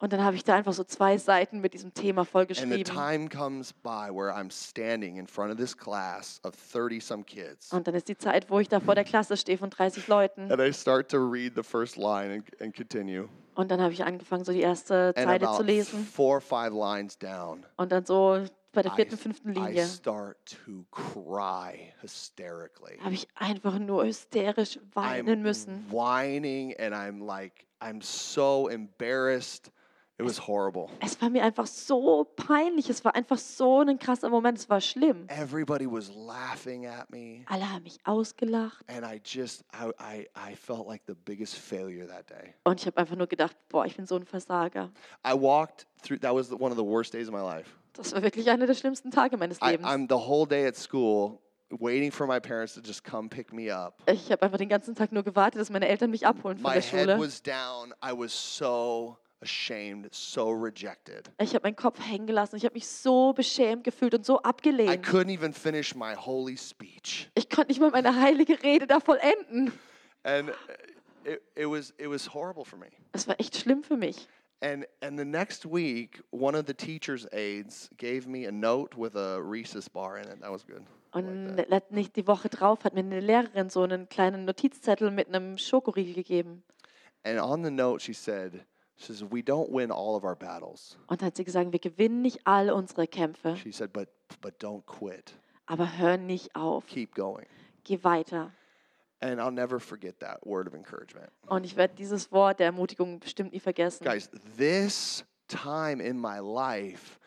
Speaker 2: Und dann habe ich da einfach so zwei Seiten mit diesem Thema
Speaker 1: And the
Speaker 2: vollgeschrieben.
Speaker 1: time comes by where I'm standing in front of this class of 30 some kids.
Speaker 2: Und dann ist die Zeit, wo ich da vor der Klasse stehe von 30 Leuten.
Speaker 1: And I start to read the first line and, and continue.
Speaker 2: Und dann habe ich angefangen, so die erste
Speaker 1: And
Speaker 2: Zeile zu
Speaker 1: about
Speaker 2: lesen.
Speaker 1: four or five lines down,
Speaker 2: Und dann so bei der
Speaker 1: I
Speaker 2: vierten,
Speaker 1: s-
Speaker 2: fünften
Speaker 1: I
Speaker 2: Linie.
Speaker 1: start to cry hysterically.
Speaker 2: habe ich einfach nur hysterisch weinen
Speaker 1: I'm
Speaker 2: müssen.
Speaker 1: whining and I'm like, I'm so embarrassed. It was horrible.
Speaker 2: Es war mir einfach so peinlich. Es war einfach so ein krasser Moment. Es war schlimm.
Speaker 1: Everybody was laughing at me.
Speaker 2: Alle haben mich ausgelacht
Speaker 1: And I just, I, I, I felt like the biggest failure that day.
Speaker 2: und ich habe einfach nur gedacht, boah, ich bin so ein Versager.
Speaker 1: I walked through, that was one of the worst days of my life.
Speaker 2: Das war wirklich einer der schlimmsten Tage meines
Speaker 1: I,
Speaker 2: Lebens.
Speaker 1: I'm the whole day at school waiting for my parents to just come pick me up.
Speaker 2: ich habe einfach den ganzen Tag nur gewartet, dass meine Eltern mich abholen von
Speaker 1: My
Speaker 2: der
Speaker 1: head
Speaker 2: Schule.
Speaker 1: was down. I was so ashamed, so rejected.
Speaker 2: Ich habe meinen Kopf hängen gelassen. Ich habe mich so beschämt gefühlt und so
Speaker 1: I
Speaker 2: abgelehnt.
Speaker 1: couldn't even finish my holy speech.
Speaker 2: Ich konnte nicht mal meine heilige Rede da vollenden.
Speaker 1: And it, it was it was horrible for me.
Speaker 2: Es war echt schlimm für mich.
Speaker 1: And and the next week, one of the teacher's aides gave me a note with a Reese's bar in it. That was good. I liked
Speaker 2: Und
Speaker 1: that.
Speaker 2: let- nicht die Woche drauf hat mir eine Lehrerin so einen kleinen Notizzettel mit einem Schokoriegel gegeben.
Speaker 1: And on the note she said, she says, We don't win all of our battles.
Speaker 2: Und hat sie gesagt, wir gewinnen nicht all unsere Kämpfe,
Speaker 1: She said, but but don't quit.
Speaker 2: aber hör nicht auf,
Speaker 1: Keep going.
Speaker 2: geh weiter.
Speaker 1: And I'll never forget that word of encouragement.
Speaker 2: Und ich werde dieses Wort der Ermutigung bestimmt nie vergessen.
Speaker 1: Guys, this time in my life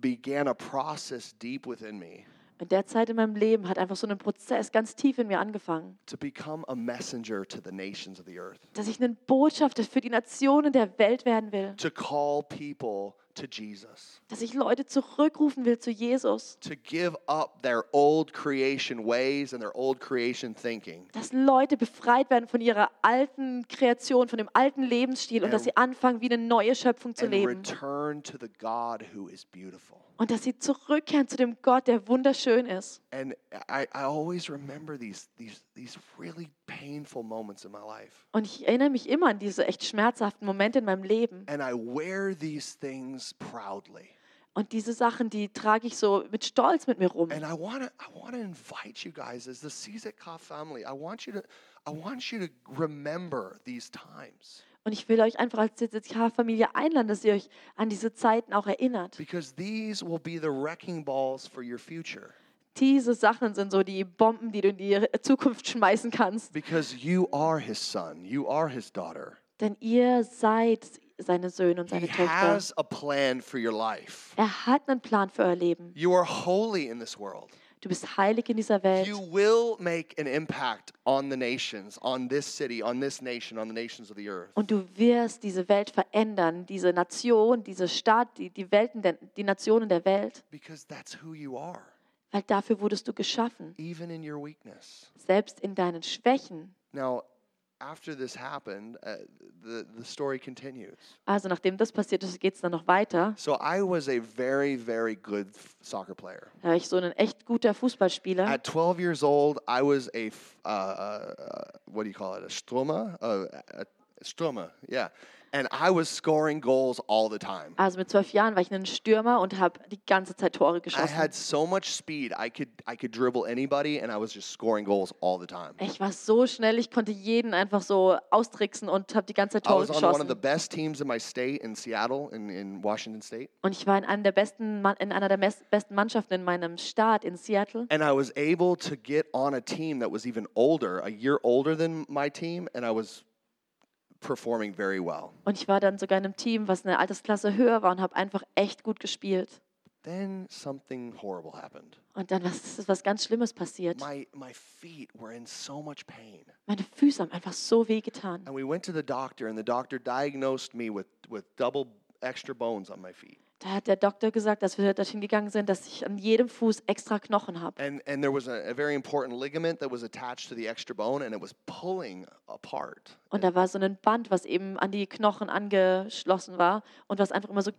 Speaker 1: began a process deep within me
Speaker 2: In der Zeit in meinem Leben hat einfach so ein Prozess ganz tief in mir angefangen,
Speaker 1: to become a messenger to the nations of the earth,
Speaker 2: dass ich ein Botschafter für die Nationen der Welt werden will,
Speaker 1: to call people to Jesus,
Speaker 2: dass ich Leute zurückrufen will zu Jesus,
Speaker 1: to give up their old creation ways and their old creation thinking
Speaker 2: dass Leute befreit werden von ihrer alten Kreation, von dem alten Lebensstil und dass sie anfangen, wie eine neue Schöpfung zu
Speaker 1: and
Speaker 2: leben
Speaker 1: return to the God who is beautiful.
Speaker 2: und dass sie zurückkehren zu dem Gott, der wunderschön ist.
Speaker 1: And I, I always remember these, these, these really painful moments in my life.
Speaker 2: Und ich erinnere mich immer an diese echt schmerzhaften Momente in meinem Leben.
Speaker 1: And I wear these things proudly.
Speaker 2: Und diese Sachen, die trage ich so mit Stolz mit mir rum.
Speaker 1: And I want to I want to invite you guys as the CZCOF family. I want you to I want you to remember these times
Speaker 2: Und ich will euch einfach als CCK-Familie einladen, dass ihr euch an diese Zeiten auch erinnert.
Speaker 1: because these will be the wrecking balls for your future
Speaker 2: Diese Sachen sind so die Bomben, die du in die Zukunft schmeißen kannst.
Speaker 1: because you are his son, you are his daughter.
Speaker 2: Denn ihr seid seine Söhne und
Speaker 1: He
Speaker 2: seine Töchter.
Speaker 1: has a plan for your life.
Speaker 2: Er hat einen Plan für euer Leben.
Speaker 1: You are holy in this world.
Speaker 2: Du bist heilig in dieser Welt.
Speaker 1: You will make an impact on the nations, on this city, on this nation, on the nations of the earth.
Speaker 2: Und du wirst diese Welt verändern, diese Nation, diese Stadt, die, die Welten, der, die Nationen der Welt.
Speaker 1: Because that's who you are,
Speaker 2: Weil dafür wurdest du geschaffen,
Speaker 1: even in your weakness.
Speaker 2: selbst in deinen Schwächen.
Speaker 1: Now, after this happened, uh, the, the story continues.
Speaker 2: Also nachdem das passiert ist, geht es dann noch weiter.
Speaker 1: So I was a very, very good f- soccer player.
Speaker 2: Da war ich so ein echt guter Fußballspieler.
Speaker 1: At 12 years old, I was a, f- uh, uh, uh, what do you call it, a strummer? Uh, a strummer, yeah. And I was scoring goals all the time.
Speaker 2: Also mit zwölf Jahren war ich ein Stürmer und habe die ganze Zeit Tore
Speaker 1: I
Speaker 2: geschossen.
Speaker 1: had so much speed, I could, I could dribble anybody, and I was just scoring goals all the time.
Speaker 2: Ich war so schnell, ich konnte jeden einfach so austricksen und habe die ganze Zeit
Speaker 1: I
Speaker 2: Tore
Speaker 1: was on one of the
Speaker 2: geschossen.
Speaker 1: best teams in my state, in Seattle, in, in Washington State.
Speaker 2: Und ich war in, einem der besten, Ma- in einer der mes- besten Mannschaften in meinem Staat in Seattle.
Speaker 1: and I was able to get on a team that was even older, a year older than my team, and I was performing very well.
Speaker 2: Und ich war dann sogar in einem Team, was eine Altersklasse höher war und habe einfach echt gut gespielt.
Speaker 1: Then something horrible happened.
Speaker 2: Und dann was, ist was ganz Schlimmes passiert.
Speaker 1: My my feet were in so much pain.
Speaker 2: Meine Füße haben einfach so weh getan.
Speaker 1: And we went to the doctor and the doctor diagnosed me with with double extra bones on my feet.
Speaker 2: Da hat der Doktor gesagt, dass wir dorthin gegangen sind, dass ich an jedem Fuß extra Knochen habe.
Speaker 1: And and there was a, a very important ligament that was attached to the extra bone and it was pulling apart.
Speaker 2: Und da war so ein Band, was eben an die Knochen angeschlossen war und was einfach immer so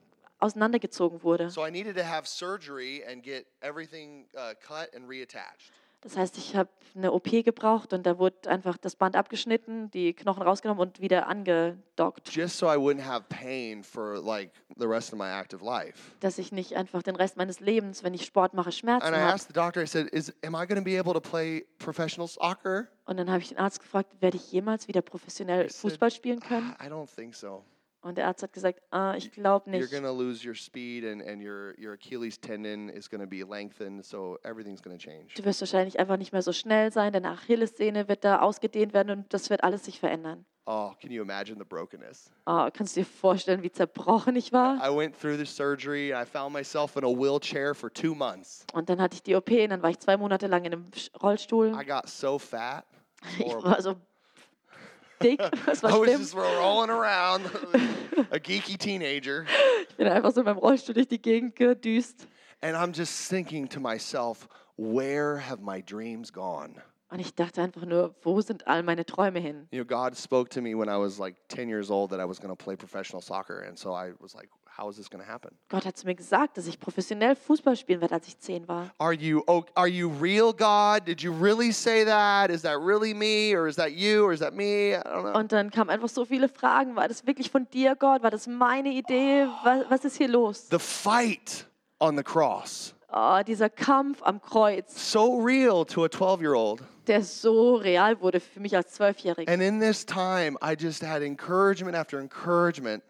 Speaker 2: auseinandergezogen wurde.
Speaker 1: So I needed to have surgery and get everything uh, cut and reattached.
Speaker 2: Das heißt, ich habe eine OP gebraucht und da wurde einfach das Band abgeschnitten, die Knochen rausgenommen und wieder angedockt,
Speaker 1: just so I wouldn't have pain for like the rest of my active life.
Speaker 2: dass ich nicht einfach den Rest meines Lebens, wenn ich Sport mache, Schmerzen
Speaker 1: And I
Speaker 2: habe.
Speaker 1: asked the doctor, I said, Is am I gonna be able to play professional soccer?
Speaker 2: Und dann habe ich den Arzt gefragt, werde ich jemals wieder professionell
Speaker 1: said,
Speaker 2: Fußball spielen können?
Speaker 1: "Ah, I don't think so.
Speaker 2: Und der Arzt hat gesagt, ah, ich glaube
Speaker 1: You're
Speaker 2: nicht.
Speaker 1: gonna lose your speed and, and your, your Achilles tendon is gonna be lengthened, so everything's gonna change.
Speaker 2: Du wirst wahrscheinlich einfach nicht mehr so schnell sein, deine Achillessehne wird da ausgedehnt werden und das wird alles sich verändern.
Speaker 1: Oh, can you imagine the brokenness?
Speaker 2: Ah, kannst du dir vorstellen, wie zerbrochen ich war?
Speaker 1: I went through the surgery, I found myself in a wheelchair for two months.
Speaker 2: Und dann hatte ich die OP und dann war ich zwei Monate lang in einem Sch- Rollstuhl.
Speaker 1: I got so fat.
Speaker 2: Ich
Speaker 1: horrible.
Speaker 2: war so dick, das war
Speaker 1: I was
Speaker 2: schlimm.
Speaker 1: just rolling around, a geeky teenager.
Speaker 2: Ich bin einfach so in meinem Rollstuhl durch die Gegend gedüst.
Speaker 1: And I'm just thinking to myself, where have my dreams gone?
Speaker 2: Und ich dachte einfach nur, wo sind all meine Träume hin?
Speaker 1: You know, God spoke to me when I was like 10 years old that I was going to play professional soccer. And so I was like, how is this going to happen?
Speaker 2: Gott hat zu mir gesagt, dass ich professionell Fußball spielen werde, als ich zehn war.
Speaker 1: Are you, oh, are you real, God? Did you really say that? Is that really me? Or is that you? Or is that me? I don't know.
Speaker 2: Und dann kamen einfach so viele Fragen. War das wirklich von dir, Gott? War das meine Idee? Was, was ist hier los?
Speaker 1: The fight on the cross,
Speaker 2: Oh, dieser Kampf am Kreuz,
Speaker 1: so real to a 12 year old.
Speaker 2: der so real wurde für mich als Zwölfjährige.
Speaker 1: And in this time, I just had encouragement after encouragement.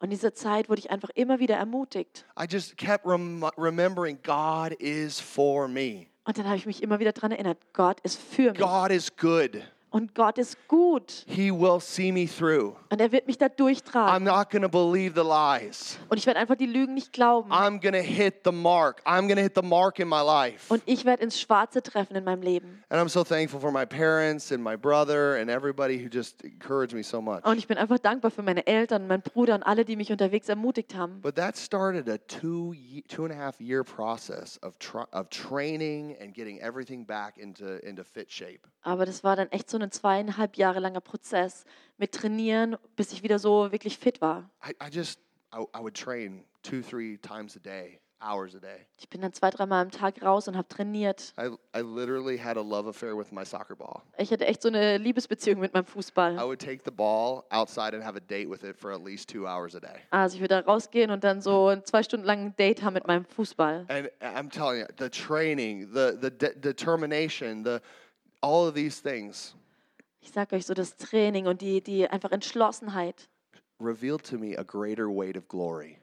Speaker 2: Und in dieser Zeit wurde ich einfach immer wieder ermutigt.
Speaker 1: I just kept rem- remembering God is for me.
Speaker 2: Und dann habe ich mich immer wieder daran erinnert, Gott ist für mich
Speaker 1: God is good.
Speaker 2: Und Gott ist gut.
Speaker 1: He will see me through.
Speaker 2: Und er wird mich da
Speaker 1: I'm
Speaker 2: durchtragen.
Speaker 1: not going to believe the lies.
Speaker 2: Und ich werde einfach die Lügen nicht glauben.
Speaker 1: I'm going to hit the mark. I'm going to hit the mark in my life.
Speaker 2: Und ich werde ins Schwarze treffen in meinem Leben.
Speaker 1: And I'm so thankful for my parents and my brother and everybody who just encouraged me so much.
Speaker 2: Und ich bin einfach dankbar für meine Eltern, meinen Bruder und alle, die mich unterwegs ermutigt haben.
Speaker 1: But that started a two, ye- two and a half year process of, tra- of training and getting everything back into, into fit shape.
Speaker 2: Aber das war dann echt so ein zweieinhalb Jahre langer Prozess mit Trainieren, bis ich wieder so wirklich fit war.
Speaker 1: I, I just, I, I would train two, three times a day, hours a day.
Speaker 2: Ich bin dann zwei, dreimal am Tag raus und habe trainiert.
Speaker 1: I, I literally had a love affair with my soccer ball.
Speaker 2: Ich hatte echt so eine Liebesbeziehung mit meinem
Speaker 1: I
Speaker 2: Fußball.
Speaker 1: would take the ball outside and have a date with it for at least two hours a day.
Speaker 2: Also ich würde da rausgehen und dann so ein zwei Stunden lang ein Date haben mit meinem Fußball.
Speaker 1: And I'm telling you, the training, the, the de- determination, the, all of these things
Speaker 2: Ich sag euch so, das Training und die, die einfach Entschlossenheit
Speaker 1: revealed to me a greater weight of glory.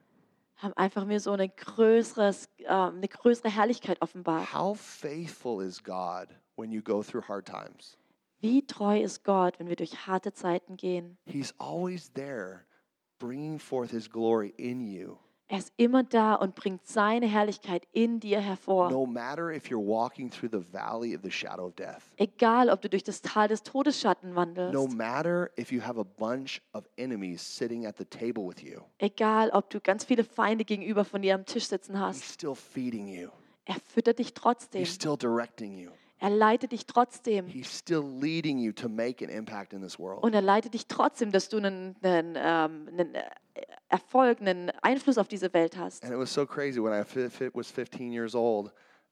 Speaker 2: haben einfach mir so eine, größeres, äh, eine größere Herrlichkeit offenbart.
Speaker 1: How faithful is God when you go through hard times?
Speaker 2: Wie treu ist Gott, wenn wir durch harte Zeiten gehen?
Speaker 1: He's always there bringing forth his glory in you.
Speaker 2: Er ist immer da und bringt seine Herrlichkeit in dir hervor.
Speaker 1: No matter if you're walking through the valley of the shadow of death,
Speaker 2: Egal, ob du durch das Tal des Todesschatten wandelst.
Speaker 1: no matter if you have a bunch of enemies sitting at the table with you,
Speaker 2: Egal, ob du ganz viele Feinde gegenüber von dir am Tisch sitzen
Speaker 1: he's
Speaker 2: hast.
Speaker 1: still feeding you.
Speaker 2: Er füttert dich trotzdem.
Speaker 1: He's still directing you.
Speaker 2: Er leitet dich trotzdem.
Speaker 1: He's still leading you to make an impact in this world.
Speaker 2: Und er leitet dich trotzdem, dass du einen, einen, ähm, einen äh, Erfolg, einen Einfluss auf diese Welt hast.
Speaker 1: And it was so crazy when I fi- fi- was 15 years old,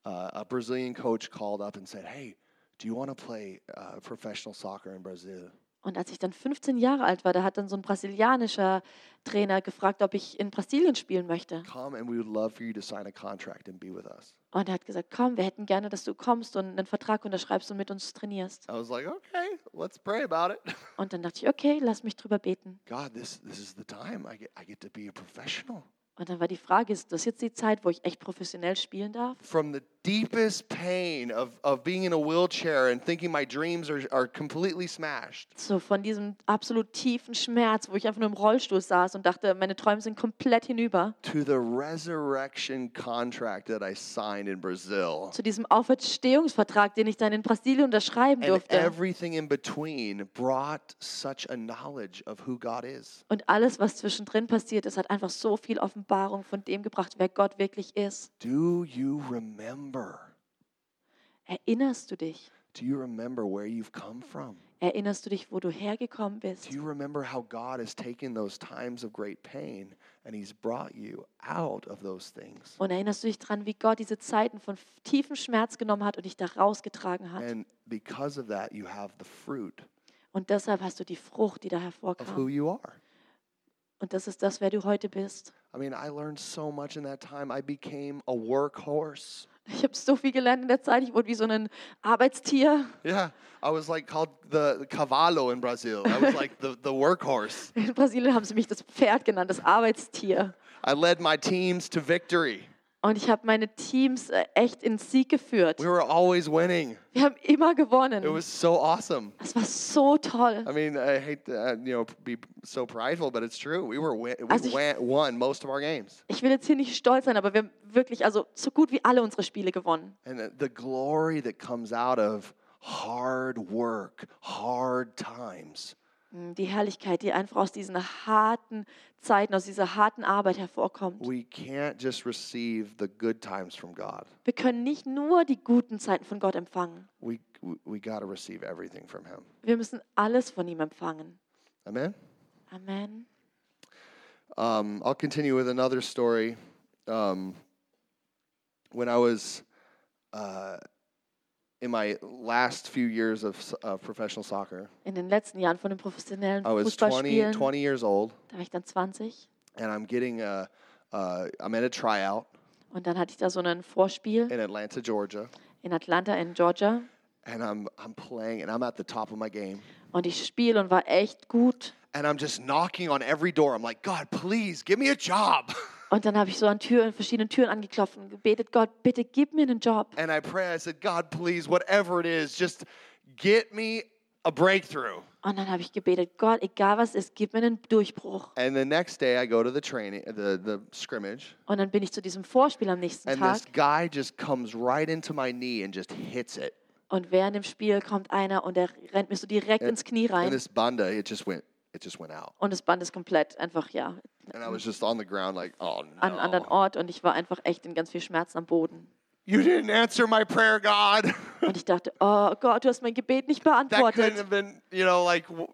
Speaker 1: uh, a Brazilian coach called up and said, "Hey, do you want to play uh, professional soccer in Brazil?"
Speaker 2: Und als ich dann 15 Jahre alt war, da hat dann so ein brasilianischer Trainer gefragt, ob ich in Brasilien spielen möchte.
Speaker 1: Come and we would love for you to sign a contract and be with us.
Speaker 2: Und er hat gesagt, komm, wir hätten gerne, dass du kommst und einen Vertrag unterschreibst und mit uns trainierst.
Speaker 1: I was like, "Okay, let's pray about it."
Speaker 2: Und dann dachte ich, okay, lass mich drüber beten.
Speaker 1: God, this this is the time I get I get to be a professional.
Speaker 2: Und dann war die Frage, ist das jetzt die Zeit, wo ich echt professionell spielen darf?
Speaker 1: From the deepest pain of, of being in a wheelchair and thinking my dreams are, are completely smashed,
Speaker 2: So von diesem absolut tiefen Schmerz, wo ich einfach nur im Rollstuhl saß und dachte, meine Träume sind komplett hinüber,
Speaker 1: to the resurrection contract that I signed in Brazil.
Speaker 2: zu diesem Auferstehungsvertrag, den ich dann in Brasilien unterschreiben
Speaker 1: And
Speaker 2: durfte.
Speaker 1: everything in between brought such a knowledge of who God is.
Speaker 2: Und alles, was zwischendrin passiert ist, hat einfach so viel Offenbarung von dem gebracht, wer Gott wirklich ist.
Speaker 1: Do you remember?
Speaker 2: Erinnerst du dich?
Speaker 1: Do you remember where you've come from?
Speaker 2: Erinnerst du dich, wo du hergekommen bist?
Speaker 1: Do you remember how God has taken those times of great pain and He's brought you out of those things?
Speaker 2: Und erinnerst du dich dran, wie Gott diese Zeiten von tiefem Schmerz genommen hat und dich da rausgetragen hat?
Speaker 1: And because of that, you have the fruit
Speaker 2: Und deshalb hast du die Frucht, die da
Speaker 1: of who
Speaker 2: hervorkam.
Speaker 1: you are.
Speaker 2: Und das ist das, wer du heute bist.
Speaker 1: I mean, I learned so much in that time. I became a workhorse.
Speaker 2: Ich habe so viel gelernt in der Zeit. Ich wurde wie so ein Arbeitstier.
Speaker 1: Yeah, I was like called the the cavalo in Brazil. I was like the, the workhorse.
Speaker 2: In Brasilien haben sie mich das Pferd genannt, das Arbeitstier.
Speaker 1: I led my teams to victory.
Speaker 2: Und ich habe meine Teams äh, echt in Sieg geführt.
Speaker 1: We were always winning.
Speaker 2: Wir haben immer
Speaker 1: It
Speaker 2: gewonnen.
Speaker 1: was so awesome.
Speaker 2: Das war so toll.
Speaker 1: I mean, I hate to uh, you know be so prideful, but it's true. We were win- we
Speaker 2: Also ich-
Speaker 1: wan- won most of our games,
Speaker 2: Ich will jetzt hier nicht stolz sein, aber wir haben wirklich, also so gut wie alle unsere Spiele gewonnen.
Speaker 1: and the, the glory that comes out of hard work, hard times,
Speaker 2: Mm, Die Herrlichkeit, die einfach aus diesen harten Zeiten, aus dieser harten Arbeit hervorkommt.
Speaker 1: we can't just receive the good times from God.
Speaker 2: Wir können nicht nur die guten Zeiten von Gott empfangen.
Speaker 1: We we, we got to receive everything from Him.
Speaker 2: Wir müssen alles von ihm empfangen.
Speaker 1: Amen.
Speaker 2: Amen.
Speaker 1: Um, I'll continue with another story. Um, when I was uh, in my last few years of, s- of professional soccer,
Speaker 2: In den letzten Jahren von dem professionellen
Speaker 1: I was 20,
Speaker 2: Fußballspielen,
Speaker 1: 20 years old,
Speaker 2: da war ich dann 20
Speaker 1: and I'm getting a, uh, I'm at a tryout
Speaker 2: und dann hatte ich da so ein Vorspiel
Speaker 1: in Atlanta, Georgia,
Speaker 2: in Atlanta in Georgia
Speaker 1: and I'm I'm playing, and I'm at the top of my game,
Speaker 2: und ich spiele und war echt gut
Speaker 1: and I'm just knocking on every door. I'm like, God, please give me a job.
Speaker 2: und dann habe ich so an Türen, verschiedenen Türen angeklopft und gebetet, Gott, bitte gib mir einen Job.
Speaker 1: And I pray, I said, God, please, whatever it is, just get me a breakthrough.
Speaker 2: Und dann habe ich gebetet, Gott, egal was ist, gib mir einen Durchbruch.
Speaker 1: And the next day, I go to the training, the, the scrimmage,
Speaker 2: Und dann bin ich zu diesem Vorspiel am nächsten
Speaker 1: and
Speaker 2: Tag.
Speaker 1: this guy just comes right into my knee and just hits it.
Speaker 2: Und während dem Spiel kommt einer und der rennt mir so direkt ins Knie
Speaker 1: And
Speaker 2: rein.
Speaker 1: this banda, it just went, it just went out.
Speaker 2: Und das Band ist komplett einfach, ja,
Speaker 1: And I was just on the ground like, oh
Speaker 2: an einem anderen
Speaker 1: no,
Speaker 2: Ort. Und ich war einfach echt in ganz viel Schmerz am Boden.
Speaker 1: you didn't answer my prayer, God.
Speaker 2: Und ich dachte, oh Gott, du hast mein Gebet nicht
Speaker 1: that couldn't
Speaker 2: beantwortet.
Speaker 1: have been, you know, like, w-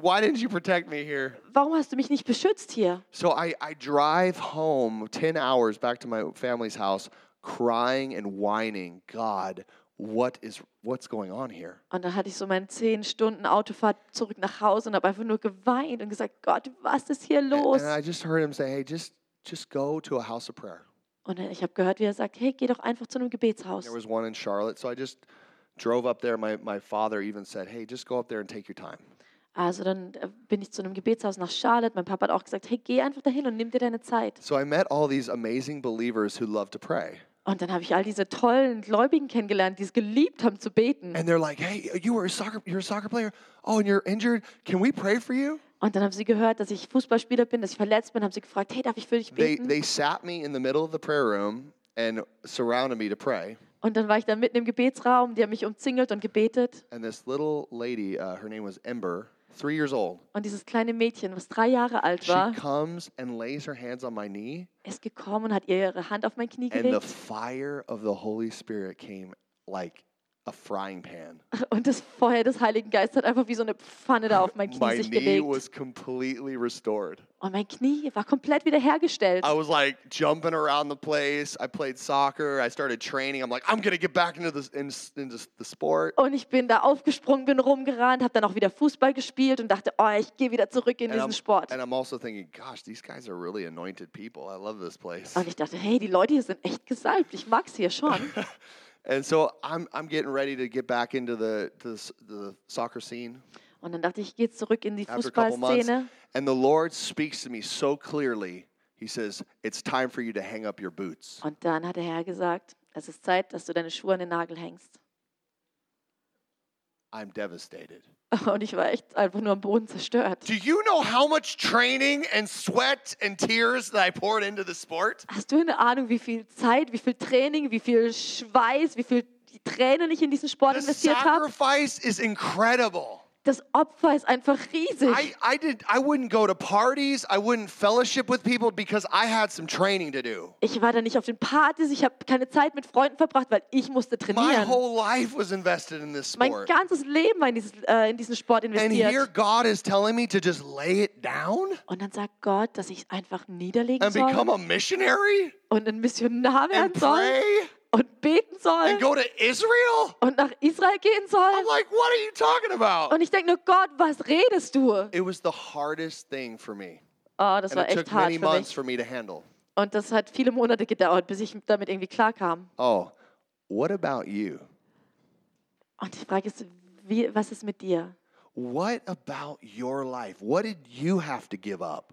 Speaker 1: why didn't you protect me here?
Speaker 2: Warum hast du mich nicht beschützt hier?
Speaker 1: So I, I drive home 10 hours back to my family's house crying and whining, God, what is what's going on here?
Speaker 2: Und dann hatte ich so meine zehn Stunden Autofahrt zurück nach Hause und habe einfach nur geweint und gesagt, Gott, was ist hier
Speaker 1: A-
Speaker 2: los?
Speaker 1: And I just heard him say, "Hey, just just go to a house of prayer."
Speaker 2: Und ich habe gehört, wie er sagt, hey, geh doch einfach zu einem Gebetshaus.
Speaker 1: There was one in Charlotte, so I just drove up there. My my father even said, "Hey, just go up there and take your time."
Speaker 2: Also dann äh, bin ich zu einem Gebetshaus nach Charlotte. Mein Papa hat auch gesagt, hey, geh einfach dahin und nimm dir deine Zeit.
Speaker 1: So I met all these amazing believers who love to pray.
Speaker 2: Und dann habe ich all diese tollen Gläubigen kennengelernt, die es geliebt haben zu beten.
Speaker 1: And they're like, "Hey, you were a soccer you're a soccer player? Oh, and you're injured. Can we pray for you?"
Speaker 2: Und dann haben sie gehört, dass ich Fußballspieler bin, dass ich verletzt bin, haben sie gefragt, hey, darf ich für dich
Speaker 1: They
Speaker 2: beten?
Speaker 1: they sat me in the middle of the prayer room and surrounded me to pray.
Speaker 2: Und dann war ich da mitten im Gebetsraum, die haben mich umzingelt und gebetet.
Speaker 1: And this little lady, uh, her name was Ember, 3 years old.
Speaker 2: Und dieses kleine Mädchen, was drei Jahre alt
Speaker 1: She
Speaker 2: war,
Speaker 1: comes and lays her hands on my knee
Speaker 2: ist gekommen und hat ihre Hand auf mein Knie
Speaker 1: and the
Speaker 2: gelegt.
Speaker 1: fire of the Holy Spirit came like a frying pan.
Speaker 2: Und das Feuer des Heiligen Geistes hat einfach wie so eine Pfanne da auf mein
Speaker 1: My
Speaker 2: Knie sich
Speaker 1: knee
Speaker 2: gelegt.
Speaker 1: was completely restored.
Speaker 2: Und mein Knie war komplett wiederhergestellt.
Speaker 1: I was like jumping around the place. I played soccer. I started training. I'm like, I'm gonna get back into this in, into the sport.
Speaker 2: Und ich bin da aufgesprungen, bin rumgerannt, habe dann auch wieder Fußball gespielt und dachte, oh, ich gehe wieder zurück in
Speaker 1: And I'm,
Speaker 2: diesen Sport.
Speaker 1: and I'm also thinking, gosh, these guys are really anointed people. I love this place.
Speaker 2: Und ich dachte, hey, die Leute hier sind echt gesalbt. Ich mag's hier schon.
Speaker 1: And so I'm I'm getting ready to get back into the to the, s- the soccer scene
Speaker 2: Und dann dachte ich, ich gehe zurück in die
Speaker 1: after a couple months.
Speaker 2: Fußballszene.
Speaker 1: And the Lord speaks to me so clearly. He says, "It's time for you to hang up your boots."
Speaker 2: Und dann hat der Herr gesagt, es ist Zeit, dass du deine Schuhe an den Nagel hängst.
Speaker 1: I'm devastated.
Speaker 2: Und ich war echt einfach nur am Boden zerstört.
Speaker 1: Do you know how much training and sweat and tears that I poured into the sport?
Speaker 2: Hast du eine Ahnung, wie viel Zeit, wie viel Training, wie viel Schweiß, wie viel Tränen ich in diesen Sport
Speaker 1: The
Speaker 2: investiert habe?
Speaker 1: sacrifice is incredible.
Speaker 2: Das Opfer ist einfach riesig.
Speaker 1: I, I did I wouldn't go to parties, I wouldn't fellowship with people because I had some training to do.
Speaker 2: Ich war da nicht auf den Partys, ich habe keine Zeit mit Freunden verbracht, weil ich musste
Speaker 1: My
Speaker 2: trainieren.
Speaker 1: whole life was invested in this
Speaker 2: Mein
Speaker 1: sport.
Speaker 2: ganzes Leben war in, dieses, äh, in diesen Sport
Speaker 1: And here
Speaker 2: investiert.
Speaker 1: God is telling me to just lay it down
Speaker 2: Und dann sagt Gott, dass ich einfach niederlegen
Speaker 1: and become
Speaker 2: soll
Speaker 1: a missionary
Speaker 2: und ein Missionar
Speaker 1: and
Speaker 2: werden soll
Speaker 1: pray
Speaker 2: und beten
Speaker 1: and
Speaker 2: soll
Speaker 1: go to Israel?
Speaker 2: und nach Israel gehen soll.
Speaker 1: I'm like, what are you talking about?
Speaker 2: Und ich denke nur, Gott, was redest du? Oh,
Speaker 1: It was the hardest thing for me.
Speaker 2: das
Speaker 1: And
Speaker 2: war
Speaker 1: it
Speaker 2: echt
Speaker 1: took
Speaker 2: hart
Speaker 1: many
Speaker 2: für
Speaker 1: months
Speaker 2: mich.
Speaker 1: for me to handle.
Speaker 2: Und das hat viele Monate gedauert, bis ich damit irgendwie klarkam.
Speaker 1: Oh, what about you?
Speaker 2: Und die Frage ist, wie, was ist mit dir?
Speaker 1: What about your life? What did you have to give up?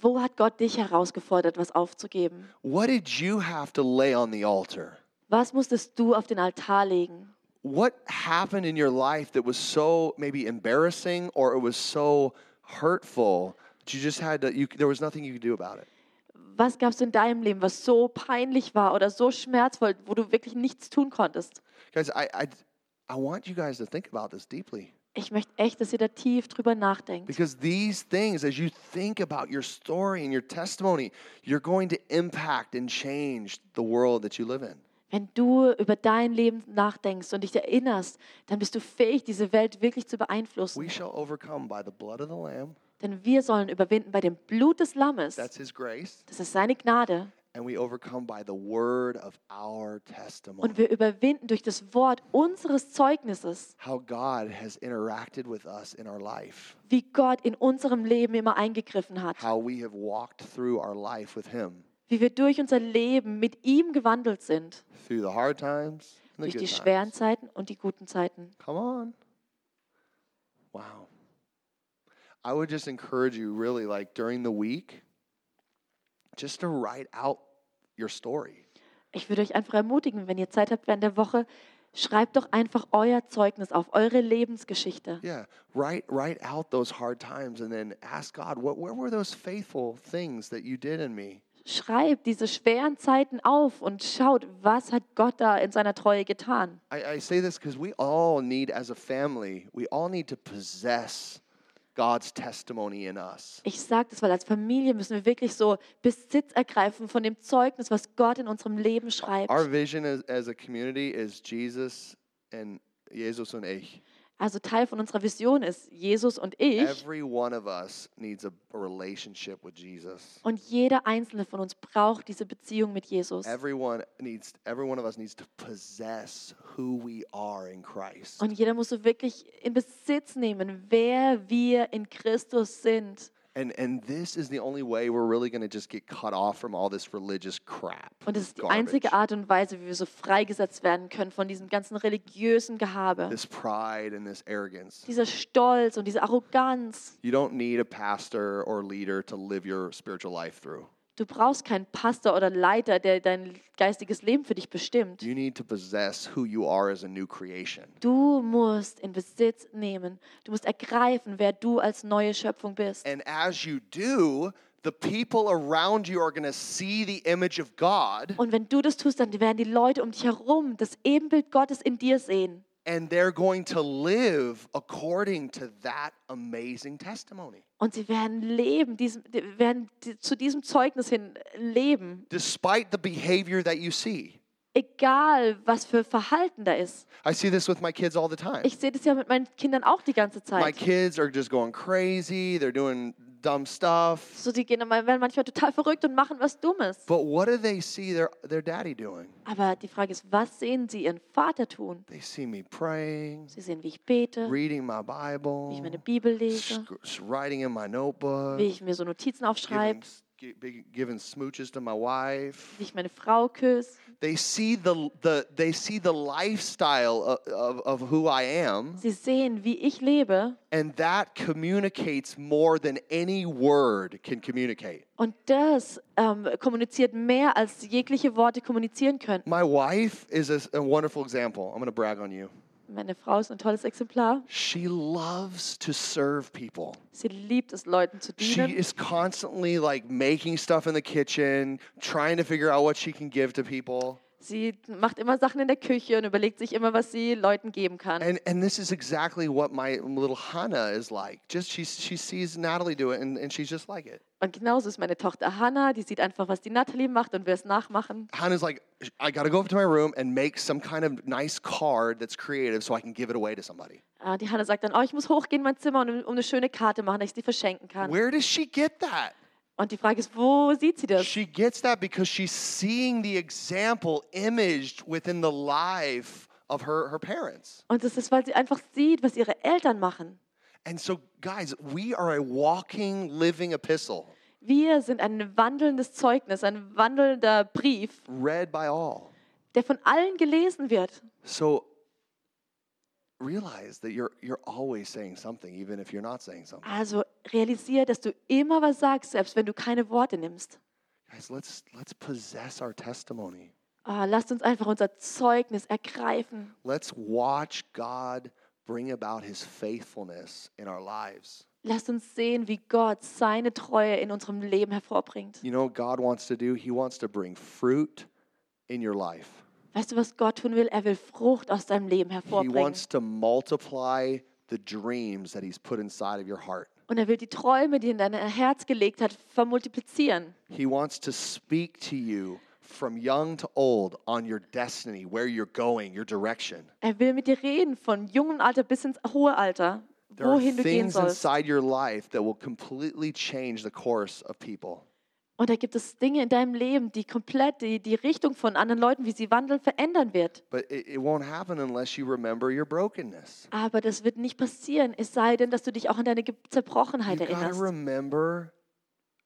Speaker 2: Wo hat Gott dich herausgefordert, was aufzugeben?
Speaker 1: What did you have to lay on the altar?
Speaker 2: Was musstest du auf den Altar legen?
Speaker 1: What happened in your life that was so maybe embarrassing or it was so hurtful that you just had to, you, there was nothing you could do about it?
Speaker 2: Was gab es in deinem Leben, was so peinlich war oder so schmerzvoll, wo du wirklich nichts tun konntest?
Speaker 1: Guys, I, I, I want you guys to think about this deeply
Speaker 2: Ich möchte echt, dass ihr da tief drüber nachdenkt.
Speaker 1: because these things, as you think about your story and your testimony, you're going to impact and change the world that you live in.
Speaker 2: Wenn du über dein Leben nachdenkst und dich erinnerst, dann bist du fähig, diese Welt wirklich zu beeinflussen.
Speaker 1: We shall overcome by the blood of the Lamb,
Speaker 2: Denn wir sollen überwinden bei dem Blut des Lammes.
Speaker 1: that's His grace,
Speaker 2: Das ist seine Gnade.
Speaker 1: and we overcome by the word of our testimony.
Speaker 2: Und wir überwinden durch das Wort unseres Zeugnisses,
Speaker 1: How God has interacted with us in our life,
Speaker 2: wie Gott in unserem Leben immer eingegriffen hat,
Speaker 1: how we have walked through our life with Him
Speaker 2: wie wir durch unser Leben mit ihm gewandelt sind,
Speaker 1: through the hard times and the
Speaker 2: durch
Speaker 1: good
Speaker 2: die schweren
Speaker 1: times.
Speaker 2: Zeiten und die guten Zeiten.
Speaker 1: Come on. Wow. I would just encourage you, really, like during the week, just to write out your story.
Speaker 2: Ich würde euch einfach ermutigen, wenn ihr Zeit habt während der Woche, Schreibt doch einfach euer Zeugnis auf, eure Lebensgeschichte.
Speaker 1: Yeah, write write out those hard times and then ask God, what where were those faithful things that you did in me?
Speaker 2: Schreibt diese schweren Zeiten auf und schaut, was hat Gott da in seiner Treue getan.
Speaker 1: I, I say this because we all need, as a family, we all need to possess God's testimony in us.
Speaker 2: Ich sage das, weil als Familie müssen wir wirklich so Besitz ergreifen von dem Zeugnis, was Gott in unserem Leben schreibt.
Speaker 1: Our vision as, as a community is Jesus and Jesus and ich.
Speaker 2: Also Teil von unserer Vision ist Jesus und ich
Speaker 1: Every one of us needs a, a relationship with Jesus.
Speaker 2: und jeder einzelne von uns braucht diese Beziehung mit Jesus.
Speaker 1: Everyone needs. Every one of us needs to possess who we are in Christ.
Speaker 2: Und jeder muss so wirklich in Besitz nehmen, wer wir in Christus sind.
Speaker 1: And and this is the only way we're really going to just get cut off from all this religious crap.
Speaker 2: Und das ist die
Speaker 1: garbage,
Speaker 2: einzige Art und Weise, wie wir so freigesetzt werden können von diesem ganzen religiösen Gehabe.
Speaker 1: This pride and this arrogance.
Speaker 2: Dieser Stolz und diese Arroganz.
Speaker 1: You don't need a pastor or leader to live your spiritual life through.
Speaker 2: Du brauchst keinen Pastor oder Leiter, der dein geistiges Leben für dich bestimmt.
Speaker 1: You need to possess who you are as a new creation.
Speaker 2: Du musst in Besitz nehmen. Du musst ergreifen, wer du als neue Schöpfung bist.
Speaker 1: And as you do, the people around you are going to see the image of God
Speaker 2: Und wenn du das tust, dann werden die Leute um dich herum das Ebenbild Gottes in dir sehen.
Speaker 1: and they're going to live according to that amazing testimony.
Speaker 2: Und sie werden leben, diesem, die werden di- zu diesem Zeugnis hin leben.
Speaker 1: Despite the behavior that you see.
Speaker 2: Egal, was für Verhalten da ist.
Speaker 1: I see this with my kids all the time.
Speaker 2: Ich sehe das ja mit meinen Kindern auch die ganze
Speaker 1: My
Speaker 2: Zeit.
Speaker 1: kids are just going crazy, they're doing dumb stuff.
Speaker 2: So, die gehen, immer- werden manchmal total verrückt und machen was Dummes.
Speaker 1: But what do they see their, their daddy doing?
Speaker 2: Aber die Frage ist, was sehen sie ihren Vater tun?
Speaker 1: They see me praying,
Speaker 2: Sie sehen, wie ich bete,
Speaker 1: reading my
Speaker 2: wie
Speaker 1: Bible,
Speaker 2: ich meine Bibel lese,
Speaker 1: sc- s- writing in my notebook,
Speaker 2: wie ich mir so Notizen
Speaker 1: giving,
Speaker 2: aufschreibe,
Speaker 1: s- gi- big- giving smooches to my wife.
Speaker 2: wie ich meine Frau küsse.
Speaker 1: They see the, the, they see the lifestyle of, of, of who I am,
Speaker 2: Sie sehen, wie ich lebe.
Speaker 1: and that communicates more than any word can communicate.
Speaker 2: Und das ähm, kommuniziert mehr, als jegliche Worte kommunizieren können.
Speaker 1: My wife is a, s- a wonderful example. I'm going to brag on you.
Speaker 2: Meine Frau ist ein tolles Exemplar.
Speaker 1: She loves to serve people.
Speaker 2: Sie liebt es, Leuten zu
Speaker 1: She
Speaker 2: dienen.
Speaker 1: is constantly like making stuff in the kitchen, trying to figure out what she can give to people.
Speaker 2: Sie macht immer Sachen in der Küche und überlegt sich immer, was sie Leuten geben kann.
Speaker 1: And and this is exactly what my little Hannah is like. Just she she sees Natalie do it and, and she's just like it.
Speaker 2: Und genauso ist meine Tochter Hannah, die sieht einfach, was die Natalie macht und will es nachmachen.
Speaker 1: Hannah's like, I gotta go up to my room and make some kind of nice card that's creative so I can give it away to somebody.
Speaker 2: Äh, Die Hannah sagt dann, oh, ich muss hochgehen in mein Zimmer und um eine schöne Karte machen, dass ich die verschenken kann.
Speaker 1: Where does she get that?
Speaker 2: Und die Frage ist, wo sieht sie das?
Speaker 1: She gets that because she's seeing the example imaged within the life of her, her parents.
Speaker 2: Und das ist, weil sie einfach sieht, was ihre Eltern machen.
Speaker 1: And so, guys, we are a walking, living epistle
Speaker 2: Wir sind ein wandelndes Zeugnis, ein wandelnder Brief,
Speaker 1: read by all.
Speaker 2: der von allen gelesen wird.
Speaker 1: So realize that you're you're always saying something, even if you're not saying something.
Speaker 2: Also realisier, dass du immer was sagst, selbst wenn du keine Worte nimmst.
Speaker 1: Guys, let's let's possess our testimony.
Speaker 2: Ah, lasst uns einfach unser Zeugnis ergreifen.
Speaker 1: Let's watch God bring about his faithfulness in our lives.
Speaker 2: Lasst uns sehen, wie Gott seine Treue in unserem Leben hervorbringt.
Speaker 1: You know what God wants to do? He wants to bring fruit in your life.
Speaker 2: Weißt du, was Gott tun will? Er will Frucht aus deinem Leben
Speaker 1: He
Speaker 2: hervorbringen.
Speaker 1: wants to multiply the dreams that he's put inside of your heart.
Speaker 2: Und er will die Träume, die er in dein Herz gelegt hat, vermultiplizieren.
Speaker 1: He wants to speak to you from young to old on your destiny, where you're going, your direction.
Speaker 2: Er will mit dir reden, von jungem Alter bis ins hohe Alter,
Speaker 1: There are
Speaker 2: wohin du gehen
Speaker 1: things
Speaker 2: sollst.
Speaker 1: inside your life that will completely change the course of people.
Speaker 2: Und da gibt es Dinge in deinem Leben, die komplett die, die Richtung von anderen Leuten, wie sie wandeln, verändern wird.
Speaker 1: But it, it won't happen unless you remember your brokenness.
Speaker 2: Aber das wird nicht passieren, es sei denn, dass du dich auch an deine Ge- Zerbrochenheit
Speaker 1: You gotta
Speaker 2: erinnerst.
Speaker 1: remember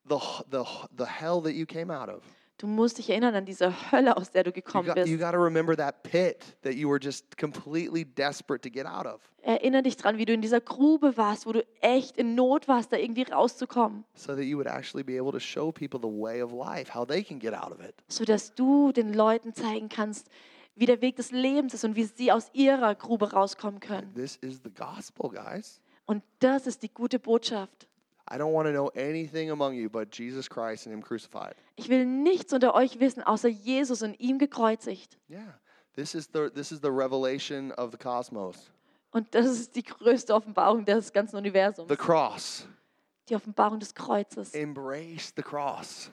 Speaker 1: the, h- the, h- the hell that you came out of.
Speaker 2: Du musst dich erinnern an diese Hölle, aus der du
Speaker 1: You,
Speaker 2: gekommen
Speaker 1: got, you
Speaker 2: bist.
Speaker 1: gotta remember that pit that you were just completely desperate to get out of.
Speaker 2: Erinnere dich dran, wie du in dieser Grube warst, wo du echt in Not warst, da irgendwie rauszukommen,
Speaker 1: So that you would actually be able to show people the way of life, how they can get out of it.
Speaker 2: sodass du den Leuten zeigen kannst, wie der Weg des Lebens ist und wie sie aus ihrer Grube rauskommen können.
Speaker 1: This is the gospel, guys.
Speaker 2: Und das ist die gute Botschaft.
Speaker 1: I don't want to know anything among you but Jesus Christ and Him crucified.
Speaker 2: Ich will nichts unter euch wissen, außer Jesus und ihm gekreuzigt.
Speaker 1: Yeah. This is the this is the revelation of the cosmos.
Speaker 2: Und das ist die größte Offenbarung des ganzen Universums.
Speaker 1: The cross.
Speaker 2: Die Offenbarung des Kreuzes.
Speaker 1: Embrace the cross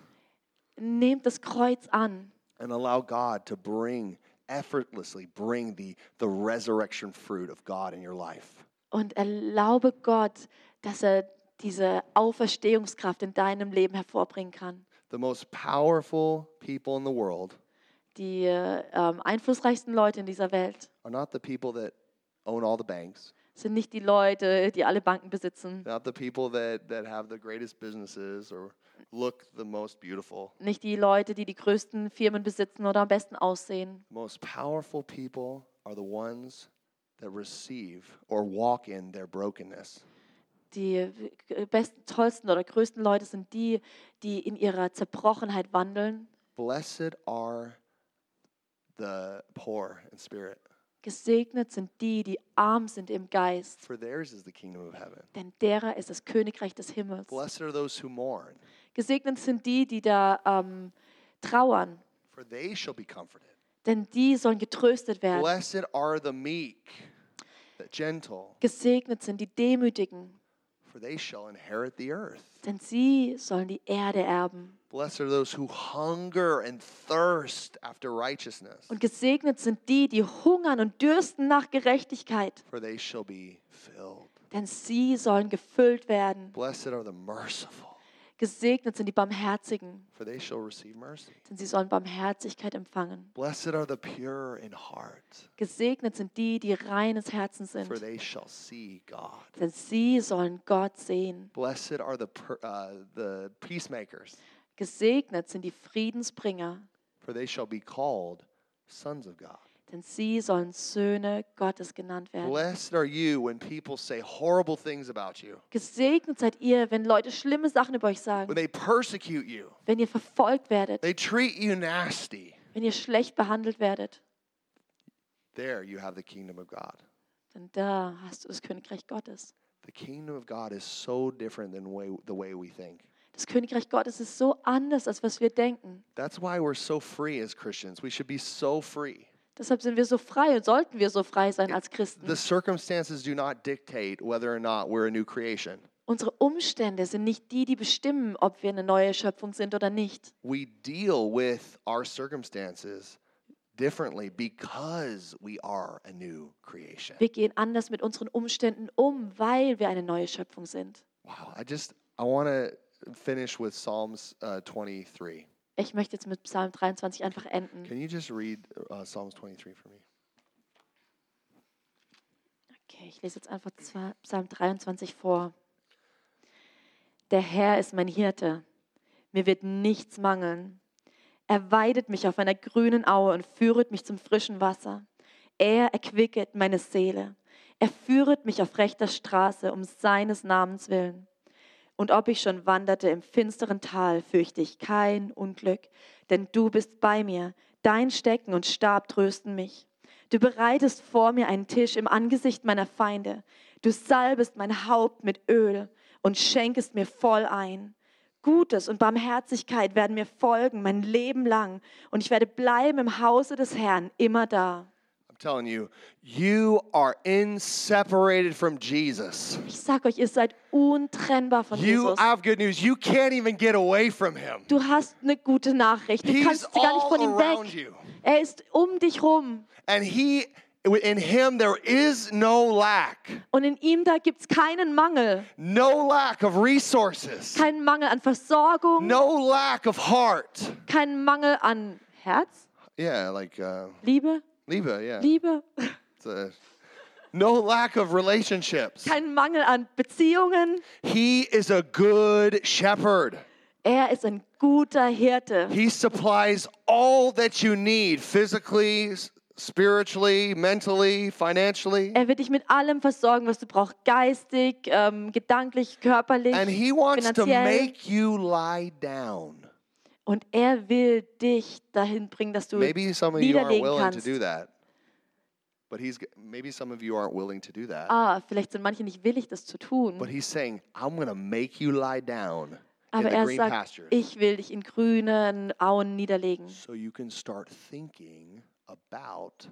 Speaker 2: Nehmt das Kreuz an
Speaker 1: and allow God to bring effortlessly bring the the resurrection fruit of God in your life.
Speaker 2: und erlaube Gott, dass er diese Auferstehungskraft in deinem Leben hervorbringen kann.
Speaker 1: The most powerful people in the world
Speaker 2: Die äh, ähm, einflussreichsten Leute in dieser Welt
Speaker 1: are not the people that own all the banks,
Speaker 2: sind nicht die Leute, die alle Banken besitzen,
Speaker 1: not the people that, that have the greatest businesses or look the most beautiful.
Speaker 2: nicht die Leute, die die größten Firmen besitzen oder am besten aussehen.
Speaker 1: The most powerful people are the ones that receive or walk in their brokenness.
Speaker 2: Die äh, besten, tollsten oder größten Leute sind die, die in ihrer Zerbrochenheit wandeln.
Speaker 1: Blessed are the poor in spirit,
Speaker 2: Gesegnet sind die, die arm sind im Geist,
Speaker 1: for theirs is the kingdom of heaven.
Speaker 2: denn derer ist das Königreich des Himmels.
Speaker 1: Blessed are those who mourn,
Speaker 2: Gesegnet sind die, die da ähm, trauern,
Speaker 1: for they shall be comforted.
Speaker 2: denn die sollen getröstet werden.
Speaker 1: Blessed are the meek, the gentle,
Speaker 2: Gesegnet sind die Demütigen,
Speaker 1: for they shall inherit the earth.
Speaker 2: denn sie sollen die Erde erben.
Speaker 1: Blessed are those who hunger and thirst after righteousness,
Speaker 2: Und gesegnet sind die, die hungern und dürsten nach Gerechtigkeit,
Speaker 1: for they shall be filled.
Speaker 2: denn sie sollen gefüllt werden.
Speaker 1: Blessed are the merciful,
Speaker 2: Gesegnet sind die Barmherzigen,
Speaker 1: for they shall receive mercy.
Speaker 2: denn sie sollen Barmherzigkeit empfangen.
Speaker 1: Blessed are the pure in heart,
Speaker 2: Gesegnet sind die, die reines Herzen sind,
Speaker 1: for they shall see God.
Speaker 2: denn sie sollen Gott sehen.
Speaker 1: Blessed are the, per- uh, the peacemakers,
Speaker 2: Gesegnet sind die Friedensbringer,
Speaker 1: for they shall be called sons of God.
Speaker 2: denn sie sollen Söhne Gottes genannt werden.
Speaker 1: Blessed are you when people say horrible things about you,
Speaker 2: Gesegnet seid ihr, wenn Leute schlimme Sachen über euch
Speaker 1: when
Speaker 2: sagen,
Speaker 1: they persecute you,
Speaker 2: wenn ihr verfolgt werdet,
Speaker 1: they treat you nasty.
Speaker 2: wenn ihr schlecht behandelt werdet.
Speaker 1: There you have the kingdom of God.
Speaker 2: Denn da hast du das Königreich Gottes.
Speaker 1: The kingdom of God is so different than way, the way we think.
Speaker 2: Das Königreich Gottes ist so anders, als was wir denken.
Speaker 1: That's why we're so free as Christians. We should be so free.
Speaker 2: Deshalb sind wir so frei und sollten wir so frei sein als Christen.
Speaker 1: The circumstances do not dictate whether or not we're a new creation.
Speaker 2: Unsere Umstände sind nicht die, die bestimmen, ob wir eine neue Schöpfung sind oder nicht.
Speaker 1: We deal with our circumstances differently because we are a new creation.
Speaker 2: Wir gehen anders mit unseren Umständen um, weil wir eine neue Schöpfung sind.
Speaker 1: Wow, I just I want to finish with Psalms uh, 23.
Speaker 2: Ich möchte jetzt mit Psalm 23 einfach enden.
Speaker 1: Can you just read uh, Psalms 23 for me?
Speaker 2: Okay, ich lese jetzt einfach zwei- Psalm 23 vor. Der Herr ist mein Hirte. Mir wird nichts mangeln. Er weidet mich auf einer grünen Aue und führet mich zum frischen Wasser. Er erquicket meine Seele. Er führet mich auf rechter Straße um seines Namens willen. Und ob ich schon wanderte im finsteren Tal, fürchte ich kein Unglück, denn du bist bei mir, dein Stecken und Stab trösten mich. Du bereitest vor mir einen Tisch im Angesicht meiner Feinde, du salbest mein Haupt mit Öl und schenkest mir voll ein. Gutes und Barmherzigkeit werden mir folgen mein Leben lang, und ich werde bleiben im Hause des Herrn immer da.
Speaker 1: I'm telling you, you are inseparated from Jesus.
Speaker 2: Ich sag euch, ihr seid untrennbar von
Speaker 1: You
Speaker 2: Jesus.
Speaker 1: I have good news. You can't even get away from him.
Speaker 2: Du hast eine gute Nachricht. Du
Speaker 1: He's
Speaker 2: kannst gar nicht
Speaker 1: all
Speaker 2: von ihm
Speaker 1: around
Speaker 2: weg.
Speaker 1: you.
Speaker 2: Er ist um dich rum
Speaker 1: And he in him there is no lack.
Speaker 2: und in ihm da gibt es keinen Mangel.
Speaker 1: No lack of resources.
Speaker 2: Keinen Mangel an Versorgung,
Speaker 1: No lack of heart.
Speaker 2: keinen Mangel an Herz,
Speaker 1: Yeah, like uh
Speaker 2: Liebe,
Speaker 1: Liebe, yeah.
Speaker 2: Liebe,
Speaker 1: It's a- no lack of relationships.
Speaker 2: keinen Mangel an Beziehungen.
Speaker 1: He is a good shepherd.
Speaker 2: Er ist ein guter Hirte.
Speaker 1: He supplies all that you need physically, s- spiritually, mentally, financially.
Speaker 2: Er wird dich mit allem versorgen, was du brauchst, geistig, ähm, gedanklich, körperlich.
Speaker 1: And he wants to
Speaker 2: finanziell.
Speaker 1: make you lie down.
Speaker 2: Und er will dich dahin bringen, dass du
Speaker 1: Maybe some of you aren't
Speaker 2: niederlegen
Speaker 1: willing to
Speaker 2: kannst.
Speaker 1: do that. But he's g- maybe some of you aren't willing to do that.
Speaker 2: ah, vielleicht sind manche nicht willig, das zu tun.
Speaker 1: But he's saying, I'm going to make you lie down in
Speaker 2: Aber
Speaker 1: the
Speaker 2: er
Speaker 1: green
Speaker 2: sagt,
Speaker 1: pastures
Speaker 2: ich will dich in grünen Auen niederlegen,
Speaker 1: so you can start thinking about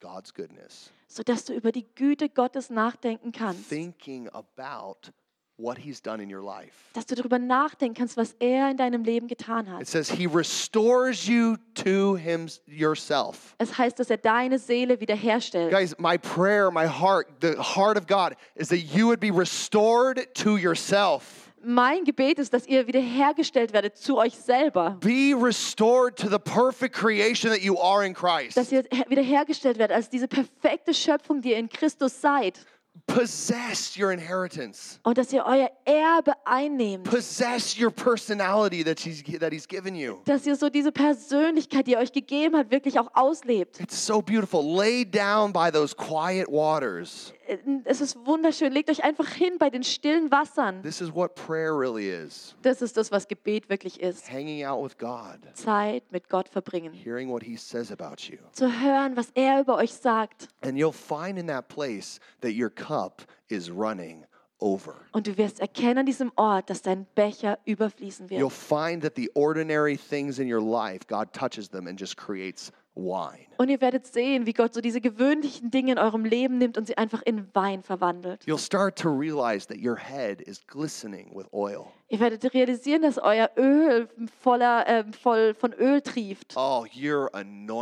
Speaker 1: God's goodness,
Speaker 2: sodass du über die Güte Gottes nachdenken kannst.
Speaker 1: thinking about what he's done in your life.
Speaker 2: Dass du darüber nachdenken kannst, was er in deinem Leben getan
Speaker 1: It
Speaker 2: hat.
Speaker 1: says he restores you to him yourself.
Speaker 2: Es heißt, dass er deine Seele wiederherstellt.
Speaker 1: Guys, my prayer, my heart, the heart of God is that you would be restored to yourself.
Speaker 2: Mein Gebet ist, dass ihr wiederhergestellt werdet zu euch selber.
Speaker 1: Be restored to the perfect creation that you are in
Speaker 2: Dass
Speaker 1: Christ.
Speaker 2: ihr he- wiederhergestellt werdet als diese perfekte Schöpfung, die ihr in Christus seid.
Speaker 1: Possess your inheritance.
Speaker 2: Und dass ihr euer Erbe einnehmt.
Speaker 1: Possess your personality that he's, that he's given you.
Speaker 2: Dass ihr so diese Persönlichkeit, die er euch gegeben hat, wirklich auch auslebt.
Speaker 1: It's so beautiful. Lay down by those quiet waters.
Speaker 2: Äh, Es ist wunderschön. Legt euch einfach hin bei den stillen Wassern.
Speaker 1: This is what prayer really is
Speaker 2: Das ist das, was Gebet wirklich ist.
Speaker 1: hanging out with God,
Speaker 2: Zeit mit Gott verbringen.
Speaker 1: hearing what he says about you.
Speaker 2: Zu hören, was er über euch sagt.
Speaker 1: And you'll find in that place that your cup is running over.
Speaker 2: Und du wirst erkennen an diesem Ort, dass dein Becher überfließen
Speaker 1: You'll
Speaker 2: wird.
Speaker 1: find that the ordinary things in your life, God touches them and just creates wine.
Speaker 2: Und ihr werdet sehen, wie Gott so diese gewöhnlichen Dinge in eurem Leben nimmt und sie einfach in Wein verwandelt.
Speaker 1: You'll start to realize that your head is glistening with oil.
Speaker 2: Ihr werdet realisieren, dass euer Öl voller, ähm, voll von Öl trieft.
Speaker 1: Oh, you're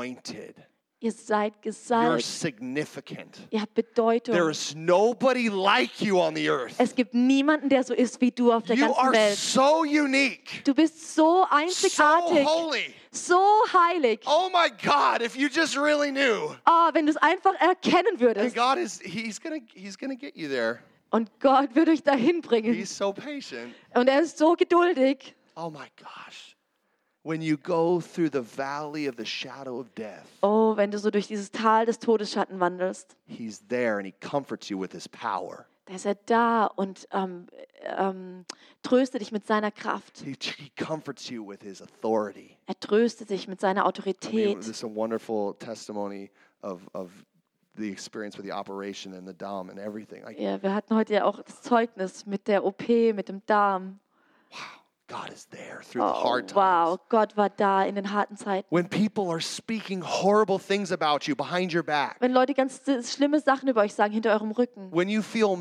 Speaker 1: anointed.
Speaker 2: Ihr seid
Speaker 1: You're
Speaker 2: gesalbt.
Speaker 1: significant.
Speaker 2: Ihr habt
Speaker 1: There
Speaker 2: Bedeutung.
Speaker 1: is nobody like you on the earth.
Speaker 2: Es gibt niemanden, der so ist wie du auf der
Speaker 1: You
Speaker 2: ganzen
Speaker 1: are
Speaker 2: Welt.
Speaker 1: so unique,
Speaker 2: Du bist so
Speaker 1: so
Speaker 2: einzigartig,
Speaker 1: holy.
Speaker 2: so heilig.
Speaker 1: Oh my God, if you just really knew.
Speaker 2: Ah, wenn du es einfach erkennen
Speaker 1: And
Speaker 2: würdest.
Speaker 1: God is, He's gonna, He's gonna get you there.
Speaker 2: Und Gott würde dich dahin bringen.
Speaker 1: He's so patient.
Speaker 2: Und er ist so geduldig.
Speaker 1: Oh my gosh. When you go through the valley of the shadow of death,
Speaker 2: Oh, wenn du so durch dieses Tal des Todesschatten wandelst,
Speaker 1: He's there and He comforts you with His power.
Speaker 2: da ist er da und ähm, ähm, tröste dich mit seiner Kraft.
Speaker 1: He, he comforts you with His authority.
Speaker 2: Er tröste dich mit seiner
Speaker 1: I mean,
Speaker 2: Autorität.
Speaker 1: this is a wonderful testimony of, of the experience with the operation and the Dom and everything. Like,
Speaker 2: Ja, wir hatten heute ja auch das Zeugnis mit der OP, mit dem Darm.
Speaker 1: God is there through the
Speaker 2: Oh,
Speaker 1: Ah, hard times.
Speaker 2: wow, Gott war da in den harten Zeiten.
Speaker 1: When people are speaking horrible things about you behind your back,
Speaker 2: Wenn Leute ganz s- schlimme Sachen über euch sagen, hinter eurem Rücken.
Speaker 1: when you feel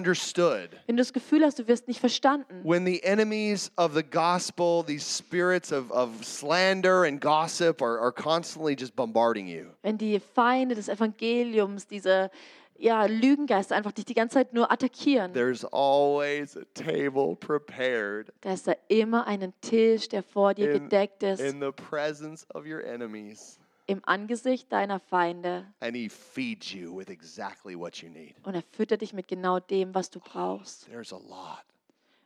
Speaker 1: misunderstood,
Speaker 2: Wenn du das Gefühl hast, du wirst nicht verstanden.
Speaker 1: when the enemies of the gospel, these spirits of, of slander and gossip are, are constantly just bombarding you.
Speaker 2: Wenn die Feinde des Evangeliums, diese ja, Lügengeister einfach dich die ganze Zeit nur attackieren.
Speaker 1: There's always a table prepared
Speaker 2: Da ist da immer einen Tisch, der vor dir
Speaker 1: in,
Speaker 2: gedeckt ist,
Speaker 1: in the presence of your enemies,
Speaker 2: im Angesicht deiner Feinde.
Speaker 1: and he feeds you with exactly what you need.
Speaker 2: Und er füttert dich mit genau dem, was du brauchst.
Speaker 1: There's a lot,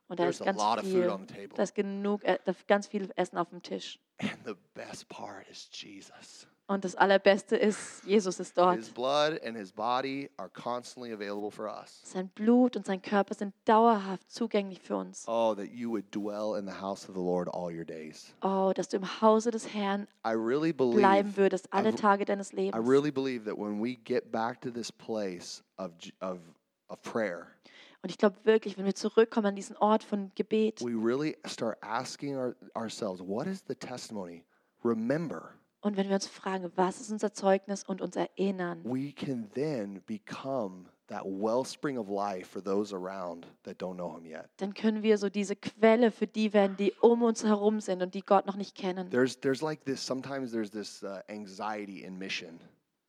Speaker 2: Und da
Speaker 1: There's
Speaker 2: ist
Speaker 1: a
Speaker 2: ganz
Speaker 1: lot of food
Speaker 2: viel,
Speaker 1: on the table.
Speaker 2: da ist genug, äh, da ist ganz viel Essen auf dem Tisch.
Speaker 1: and the best part is Jesus.
Speaker 2: Und das Allerbeste ist, Jesus ist dort.
Speaker 1: His blood and his body are constantly available for us.
Speaker 2: Sein Blut und sein Körper sind dauerhaft zugänglich für uns.
Speaker 1: Oh, that you would dwell in the house of the Lord all your days.
Speaker 2: Oh, dass du im Hause des Herrn
Speaker 1: I really believe
Speaker 2: bleiben würdest, alle
Speaker 1: I've-
Speaker 2: Tage deines
Speaker 1: I
Speaker 2: Lebens.
Speaker 1: really believe that when we get back to this place of, j- of, of prayer,
Speaker 2: Und ich glaube wirklich, wenn wir zurückkommen an diesen Ort von Gebet
Speaker 1: we really start asking our, ourselves, what is the testimony? Remember,
Speaker 2: und wenn wir uns fragen, was ist unser Zeugnis und uns erinnern,
Speaker 1: we can then become that wellspring of life for those around that don't know him yet.
Speaker 2: dann können wir so diese Quelle für die werden, die um uns herum sind und die Gott noch nicht kennen.
Speaker 1: There's, there's like this, sometimes there's this uh, anxiety in mission.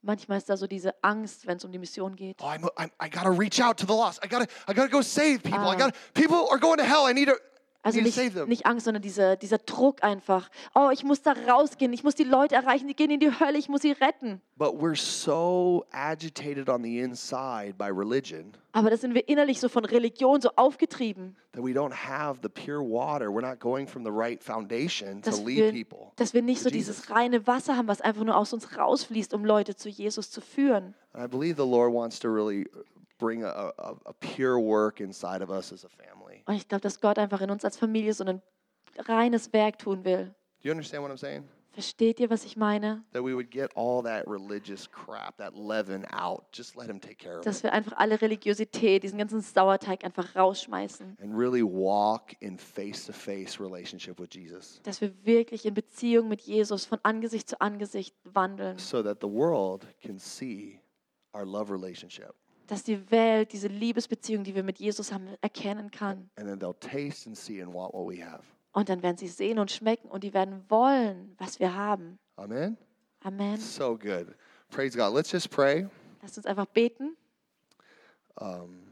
Speaker 2: Manchmal ist da so diese Angst, wenn es um die Mission geht.
Speaker 1: Oh, I'm, I'm, I gotta reach out to the lost. I gotta, I gotta go save people. I
Speaker 2: Ah.
Speaker 1: gotta, people are going to hell. I need to,
Speaker 2: Also
Speaker 1: need to
Speaker 2: nicht,
Speaker 1: save them.
Speaker 2: nicht Angst, sondern diese, dieser Druck einfach. Oh, ich muss da rausgehen, ich muss die Leute erreichen, die gehen in die Hölle, ich muss sie retten.
Speaker 1: But we're so agitated on the inside by religion
Speaker 2: Aber da sind wir innerlich so von Religion so aufgetrieben,
Speaker 1: that we don't have the pure water. We're not going from the right foundation to
Speaker 2: dass
Speaker 1: lead
Speaker 2: wir,
Speaker 1: people.
Speaker 2: dass wir nicht
Speaker 1: to
Speaker 2: so
Speaker 1: Jesus.
Speaker 2: dieses reine Wasser haben, was einfach nur aus uns rausfließt, um Leute zu Jesus zu führen.
Speaker 1: And I believe the Lord wants to really bring a, a, a pure work inside of us as a family.
Speaker 2: Und ich glaube, dass Gott einfach in uns als Familie so ein reines Werk tun will.
Speaker 1: Do you understand what I'm saying?
Speaker 2: Versteht ihr, was ich meine?
Speaker 1: That we would get all that religious crap, that leaven out. Just let Him take care of it.
Speaker 2: Dass wir einfach alle Religiosität, diesen ganzen Sauerteig einfach rausschmeißen.
Speaker 1: And really walk in face to face relationship with Jesus
Speaker 2: Dass wir wirklich in Beziehung mit Jesus von Angesicht zu Angesicht wandeln.
Speaker 1: so that the world can see our love relationship.
Speaker 2: Dass die Welt diese Liebesbeziehung, die wir mit Jesus haben, erkennen kann.
Speaker 1: And then they'll taste and see and want what we have.
Speaker 2: Und dann werden sie sehen und schmecken und die werden wollen, was wir haben.
Speaker 1: Amen?
Speaker 2: Amen.
Speaker 1: So good. Praise God. Let's just pray.
Speaker 2: Lasst uns einfach beten.
Speaker 1: Um,